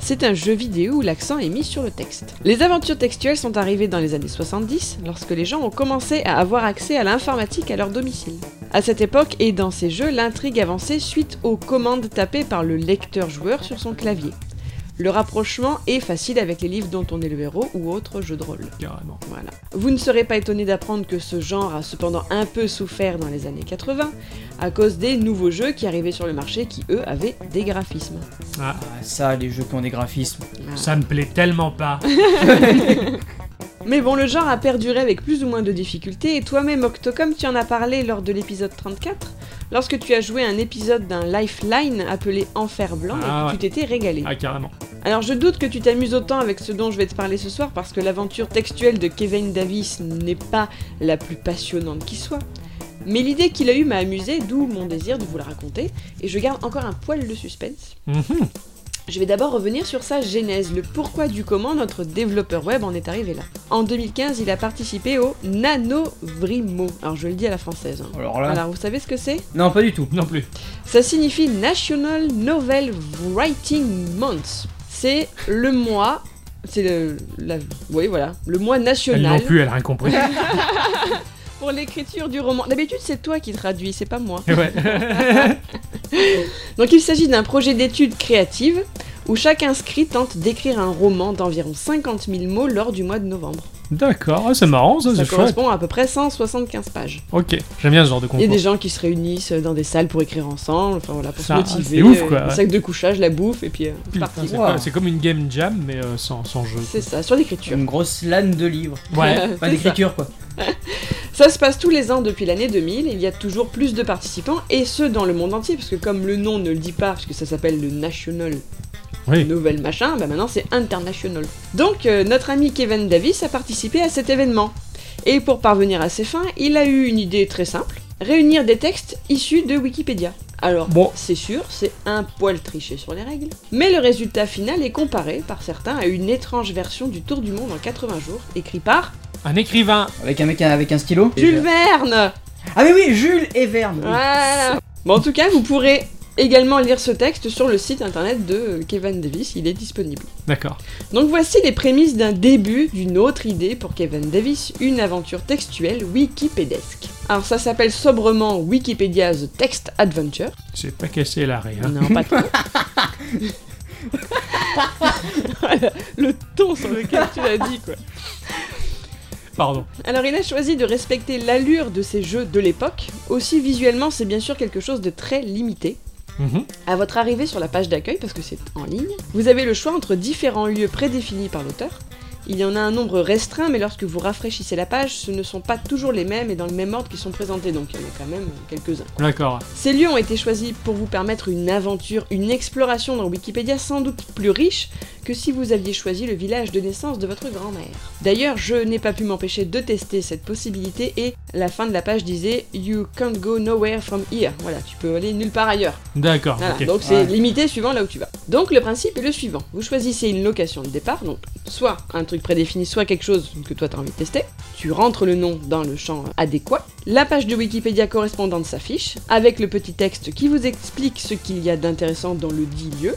S11: c'est un jeu vidéo où l'accent est mis sur le texte. Les aventures textuelles sont arrivées dans les années 70, lorsque les gens ont commencé à avoir accès à l'informatique à leur domicile. À cette époque et dans ces jeux, l'intrigue avançait suite aux commandes tapées par le lecteur-joueur sur son clavier. Le rapprochement est facile avec les livres dont on est le héros ou autres jeux de rôle.
S4: Carrément.
S11: Voilà. Vous ne serez pas étonné d'apprendre que ce genre a cependant un peu souffert dans les années 80 à cause des nouveaux jeux qui arrivaient sur le marché qui eux avaient des graphismes.
S4: Ah,
S12: ça, les jeux qui ont des graphismes.
S4: Ça me plaît tellement pas.
S11: Mais bon, le genre a perduré avec plus ou moins de difficultés, et toi-même, Octocom, tu en as parlé lors de l'épisode 34, lorsque tu as joué un épisode d'un Lifeline appelé Enfer Blanc,
S4: Ah
S11: et que
S4: ouais.
S11: tu t'étais régalé.
S4: Ah, carrément.
S11: Alors je doute que tu t'amuses autant avec ce dont je vais te parler ce soir, parce que l'aventure textuelle de Kevin Davis n'est pas la plus passionnante qui soit. Mais l'idée qu'il a eue m'a amusé, d'où mon désir de vous la raconter, et je garde encore un poil de suspense.
S4: Mhm.
S11: Je vais d'abord revenir sur sa genèse, le pourquoi du comment notre développeur web en est arrivé là. En 2015, il a participé au NanoVrimo. Alors je le dis à la française. hein.
S12: Alors là-
S11: vous savez ce que c'est
S12: Non, pas du tout.
S4: Non plus.
S11: Ça signifie National Novel Writing Month. C'est le mois. C'est le. la- oui, voilà. Le mois
S4: Elle
S11: national.
S4: non plus, elle a rien compris.
S11: Pour l'écriture du roman. D'habitude, c'est toi qui traduis, c'est pas moi.
S4: Ouais.
S11: Donc il s'agit d'un projet d'études créatives où chaque inscrit tente d'écrire un roman d'environ 50 000 mots lors du mois de novembre.
S4: D'accord, ah, c'est marrant, ça,
S11: Ça
S4: c'est chouette.
S11: correspond à, à peu près 175 pages.
S4: Ok, j'aime bien ce genre de
S11: Il
S4: concours.
S11: y a des gens qui se réunissent dans des salles pour écrire ensemble, enfin voilà, pour
S4: Ça,
S11: se motiver.
S4: c'est ouf,
S11: euh,
S4: quoi,
S11: Un
S4: ouais.
S11: sac de couchage, la bouffe, et puis euh, c'est
S4: Putain,
S11: parti.
S4: c'est pas- C'est comme une game jam, mais euh, sans, sans jeu.
S11: C'est ça, sur l'écriture.
S12: Une grosse lane de livres.
S4: Ouais.
S12: Pas d'écriture, quoi.
S11: Ça se passe tous les ans depuis l'année 2000, il y a toujours plus de participants, et ce dans le monde entier, parce que comme le nom ne le dit pas, parce que ça s'appelle le National
S4: Oui.
S11: Novel Machin, bah maintenant c'est International. Donc euh, notre ami Kevin Davis a participé à cet événement. Et pour parvenir à ses fins, il a eu une idée très simple, réunir des textes issus de Wikipédia. Alors, c'est sûr, c'est un poil triché sur les règles. Mais le résultat final est comparé par certains à une étrange version du Tour du Monde en 80 jours, écrit par
S4: Un écrivain.
S12: Avec un mec avec un stylo.
S11: Jules Verne
S12: Ah, mais oui, Jules et Verne. oui.
S11: Voilà. Bon, en tout cas, vous pourrez également lire ce texte sur le site internet de euh, Kevin Davis, il est disponible.
S4: D'accord.
S11: Donc voici les prémices d'un début d'une autre idée pour Kevin Davis, une aventure textuelle wikipédesque. Alors ça s'appelle sobrement Wikipedia's Text Adventure.
S4: C'est pas cassé l'arrêt. Hein.
S11: Non, pas trop. Voilà, le ton sur lequel tu l'as dit quoi.
S4: Pardon.
S11: Alors il a choisi de respecter l'allure de ces jeux de l'époque. Aussi visuellement, c'est bien sûr quelque chose de très limité.
S4: Mhm.
S11: À votre arrivée sur la page d'accueil, parce que c'est en ligne, vous avez le choix entre différents lieux prédéfinis par l'auteur. Il y en a un nombre restreint, mais lorsque vous rafraîchissez la page, ce ne sont pas toujours les mêmes et dans le même ordre qui sont présentés, donc il y en a quand même quelques-uns.
S4: D'accord.
S11: Ces lieux ont été choisis pour vous permettre une aventure, une exploration dans Wikipédia sans doute plus riche que si vous aviez choisi le village de naissance de votre grand-mère. D'ailleurs, je n'ai pas pu m'empêcher de tester cette possibilité et la fin de la page disait You can't go nowhere from here. Voilà, tu peux aller nulle part ailleurs.
S4: D'accord.
S11: Voilà,
S4: ok.
S11: Ah, donc c'est limité suivant là où tu vas. Donc le principe est le suivant. Vous choisissez une location de départ, donc soit un truc prédéfini, soit quelque chose que toi t'as envie de tester. Tu rentres le nom dans le champ adéquat. La page de Wikipédia correspondante s'affiche, avec le petit texte qui vous explique ce qu'il y a d'intéressant dans le dit lieu.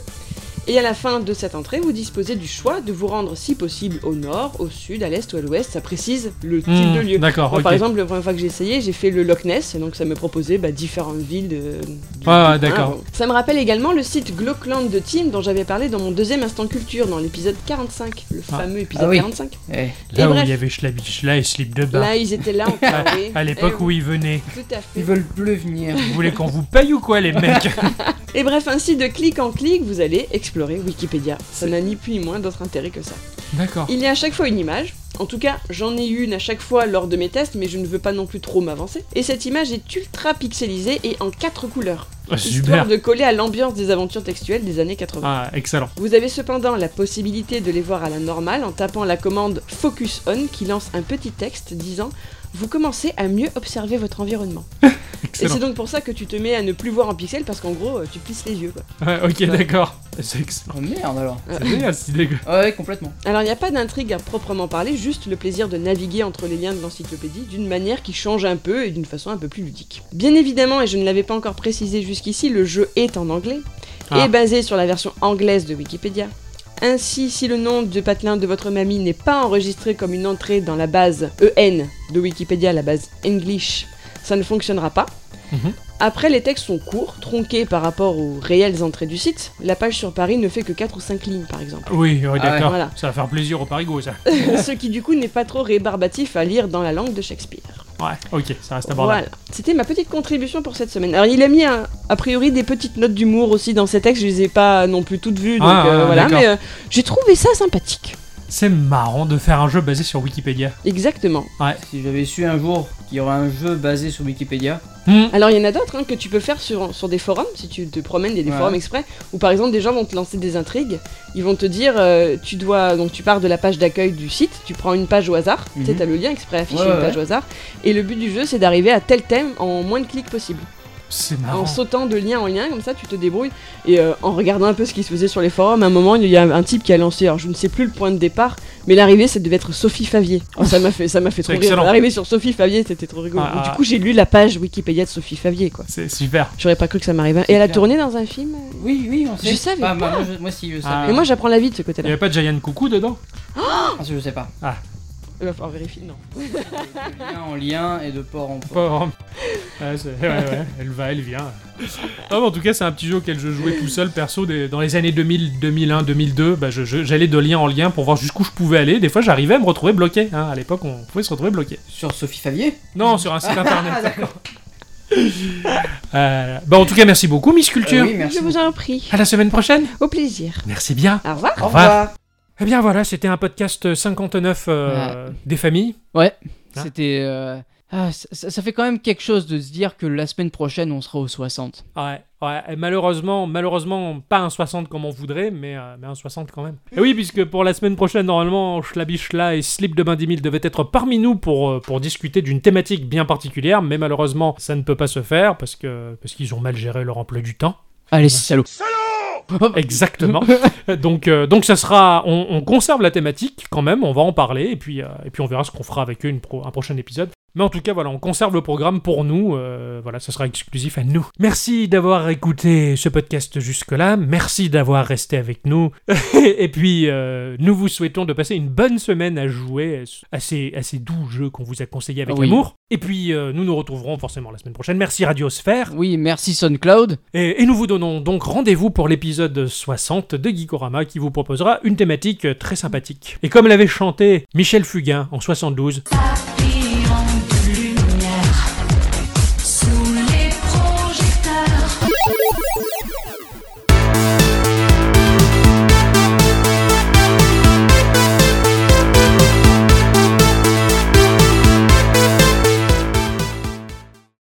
S11: Et à la fin de cette entrée, vous disposez du choix de vous rendre si possible au nord, au sud, à l'est ou à l'ouest. Ça précise le type
S4: Hmm,
S11: de lieu.
S4: d'accord,
S11: Moi,
S4: ok.
S11: Par exemple, la première fois que j'ai essayé, j'ai fait le Loch Ness, et donc ça me proposait bah, différentes villes de. du-
S4: Ouais, ouais,
S11: du-
S4: Ah, d'accord.
S11: hein. Ça me rappelle également le site Glockland de Tim dont j'avais parlé dans mon deuxième instant culture dans l'épisode 45, le
S4: Ah.
S11: fameux épisode 45.
S12: Eh,
S11: Et
S4: Là où
S11: bref.
S4: il y avait Schlabichla et Slip de Bain.
S11: Là, ils étaient là encore.
S4: À-
S11: oui.
S4: Ah. à l'époque
S11: Eh
S4: où
S11: oui.
S4: ils venaient.
S11: Tout à fait.
S12: Ils veulent plus venir.
S4: Vous voulez qu'on vous paye ou quoi, les mecs
S11: Et bref, ainsi de clic en clic, vous allez explorer Wikipédia. Ça n'a ni plus ni moins d'autre intérêt que ça.
S4: D'accord.
S11: Il y a à chaque fois une image. En tout cas, j'en ai une à chaque fois lors de mes tests, mais je ne veux pas non plus trop m'avancer. Et cette image est ultra pixelisée et en quatre couleurs.
S4: Ah,
S11: Histoire
S4: super.
S11: de coller à l'ambiance des aventures textuelles des années 80.
S4: Ah, excellent.
S11: Vous avez cependant la possibilité de les voir à la normale en tapant la commande Focus On qui lance un petit texte disant Vous commencez à mieux observer votre environnement. Et
S4: Excellent.
S11: c'est donc pour ça que tu te mets à ne plus voir en pixel parce qu'en gros euh, tu plisses les yeux. Quoi.
S4: Ouais, Ah, ok,
S11: Ouais.
S4: d'accord. C'est excellent.
S12: Oh merde alors. Ah
S11: Euh.
S4: C'est génial, c'est dégueu.
S12: Ouais, complètement.
S11: Alors il n'y a pas d'intrigue à proprement parler, juste le plaisir de naviguer entre les liens de l'encyclopédie d'une manière qui change un peu et d'une façon un peu plus ludique. Bien évidemment, et je ne l'avais pas encore précisé jusqu'ici, le jeu est en anglais
S10: Ah.
S11: et basé sur la version anglaise de Wikipédia. Ainsi, si le nom de patelin de votre mamie n'est pas enregistré comme une entrée dans la base EN de Wikipédia, la base English, ça ne fonctionnera pas. Après, les textes sont courts, tronqués par rapport aux réelles entrées du site. La page sur Paris ne fait que 4 ou 5 lignes, par exemple.
S4: Oui, ouais, d'accord.
S11: Ah Voilà.
S4: Ça va faire plaisir au Parigo, ça.
S11: Ce qui du coup n'est pas trop rébarbatif à lire dans la langue de Shakespeare.
S4: Ouais, ok, ça reste
S11: Voilà,
S4: abordable.
S11: c'était ma petite contribution pour cette semaine. Alors il a mis un- a priori des petites notes d'humour aussi dans ses textes, je les ai pas non plus toutes vues, donc
S4: Ah,
S11: euh,
S4: ah,
S11: voilà,
S4: d'accord.
S11: mais euh, j'ai trouvé ça sympathique.
S4: C'est marrant de faire un jeu basé sur Wikipédia.
S11: Exactement.
S12: Si j'avais su un jour qu'il y aurait un jeu basé sur Wikipédia,
S11: Alors il y en a d'autres hein, que tu peux faire sur, sur des forums, si tu te promènes, il y a des
S12: Ouais.
S11: forums exprès, où par exemple des gens vont te lancer des intrigues, ils vont te dire, euh, tu dois, donc tu pars de la page d'accueil du site, tu prends une page au hasard, tu sais,
S12: Mhm.
S11: t'as le lien exprès affiché,
S12: Ouais,
S11: une page
S12: ouais.
S11: au hasard, et le but du jeu c'est d'arriver à tel thème en moins de clics possible.
S4: C'est
S11: En
S4: marrant.
S11: sautant de lien en lien, comme ça, tu te débrouilles. Et euh, en regardant un peu ce qui se faisait sur les forums, à un moment, il y a un type qui a lancé, alors je ne sais plus le point de départ, mais l'arrivée, ça devait être Sophie Favier. Oh, ça m'a fait, ça m'a fait trop
S4: C'est
S11: rire.
S4: excellent.
S11: L'arrivée sur Sophie Favier, c'était trop rigolo.
S4: Ah,
S11: Donc, du
S4: ah.
S11: coup, j'ai lu la page Wikipédia de Sophie Favier, quoi.
S4: C'est super.
S11: J'aurais pas cru que ça m'arrivait. Et elle a
S12: clair.
S11: tourné dans un film.
S12: Oui, oui, on sait.
S11: Je savais
S12: Ah, bah,
S11: pas.
S12: moi, je- moi, si, je savais.
S4: Ah.
S11: Mais moi, j'apprends la vie de ce côté-là.
S4: Il y avait pas de Giant Coucou dedans
S12: Ah, ça, je sais pas.
S4: Ah.
S11: Il va falloir vérifier, non.
S12: Lien en lien et de port en port.
S4: Pas vraiment. Ouais, c'est- ouais, ouais, elle va, elle vient. Non, mais en tout cas, c'est un petit jeu auquel je jouais tout seul, perso, des- dans les années 2000, 2001, 2002. Bah, je- je- J'allais de lien en lien pour voir jusqu'où je pouvais aller. Des fois, j'arrivais à me retrouver bloqué. hein. À l'époque, on pouvait se retrouver bloqué.
S12: Sur Sophie Favier
S4: Non, sur un site
S12: Ah,
S4: internet.
S12: d'accord.
S4: Euh, bah, en tout cas, merci beaucoup, Miss Culture.
S12: Euh,
S2: Ah
S12: oui, merci.
S11: Je vous en prie.
S4: À la semaine prochaine.
S11: Au plaisir.
S4: Merci bien.
S11: Au revoir.
S4: Au revoir. Eh bien voilà, c'était un podcast 59 euh, des familles.
S2: Ouais,
S4: Hein
S2: c'était. euh, ah, ça- ça, ça fait quand même quelque chose de se dire que la semaine prochaine, on sera aux 60.
S4: Ouais, ouais, et malheureusement, malheureusement, pas un 60 comme on voudrait, mais, euh, mais un 60 quand même. Et oui, puisque pour la semaine prochaine, normalement, Schlabichla et Slip de Bain 10 000 devaient être parmi nous pour, euh, pour discuter d'une thématique bien particulière, mais malheureusement, ça ne peut pas se faire parce que parce qu'ils ont mal géré leur emploi du temps.
S2: Allez, salaud.
S4: Exactement. donc, euh, donc ça sera. On, on conserve la thématique quand même, on va en parler, et puis, euh, et puis on verra ce qu'on fera avec eux une pro- un prochain épisode. Mais en tout cas, voilà, on conserve le programme pour nous. euh, voilà, ça sera exclusif à nous. Merci d'avoir écouté ce podcast jusque-là. Merci d'avoir resté avec nous. et puis, euh, nous vous souhaitons de passer une bonne semaine à jouer à ces, à ces doux jeux qu'on vous a conseillés avec
S2: Oui.
S4: amour. Et puis, euh, nous nous retrouverons forcément la semaine prochaine. Merci Radiosphère.
S2: Oui, merci SoundCloud.
S4: Et, et nous vous donnons donc rendez-vous pour l'épisode 60 de Geekorama qui vous proposera une thématique très sympathique. Et comme l'avait chanté Michel Fugain en 72.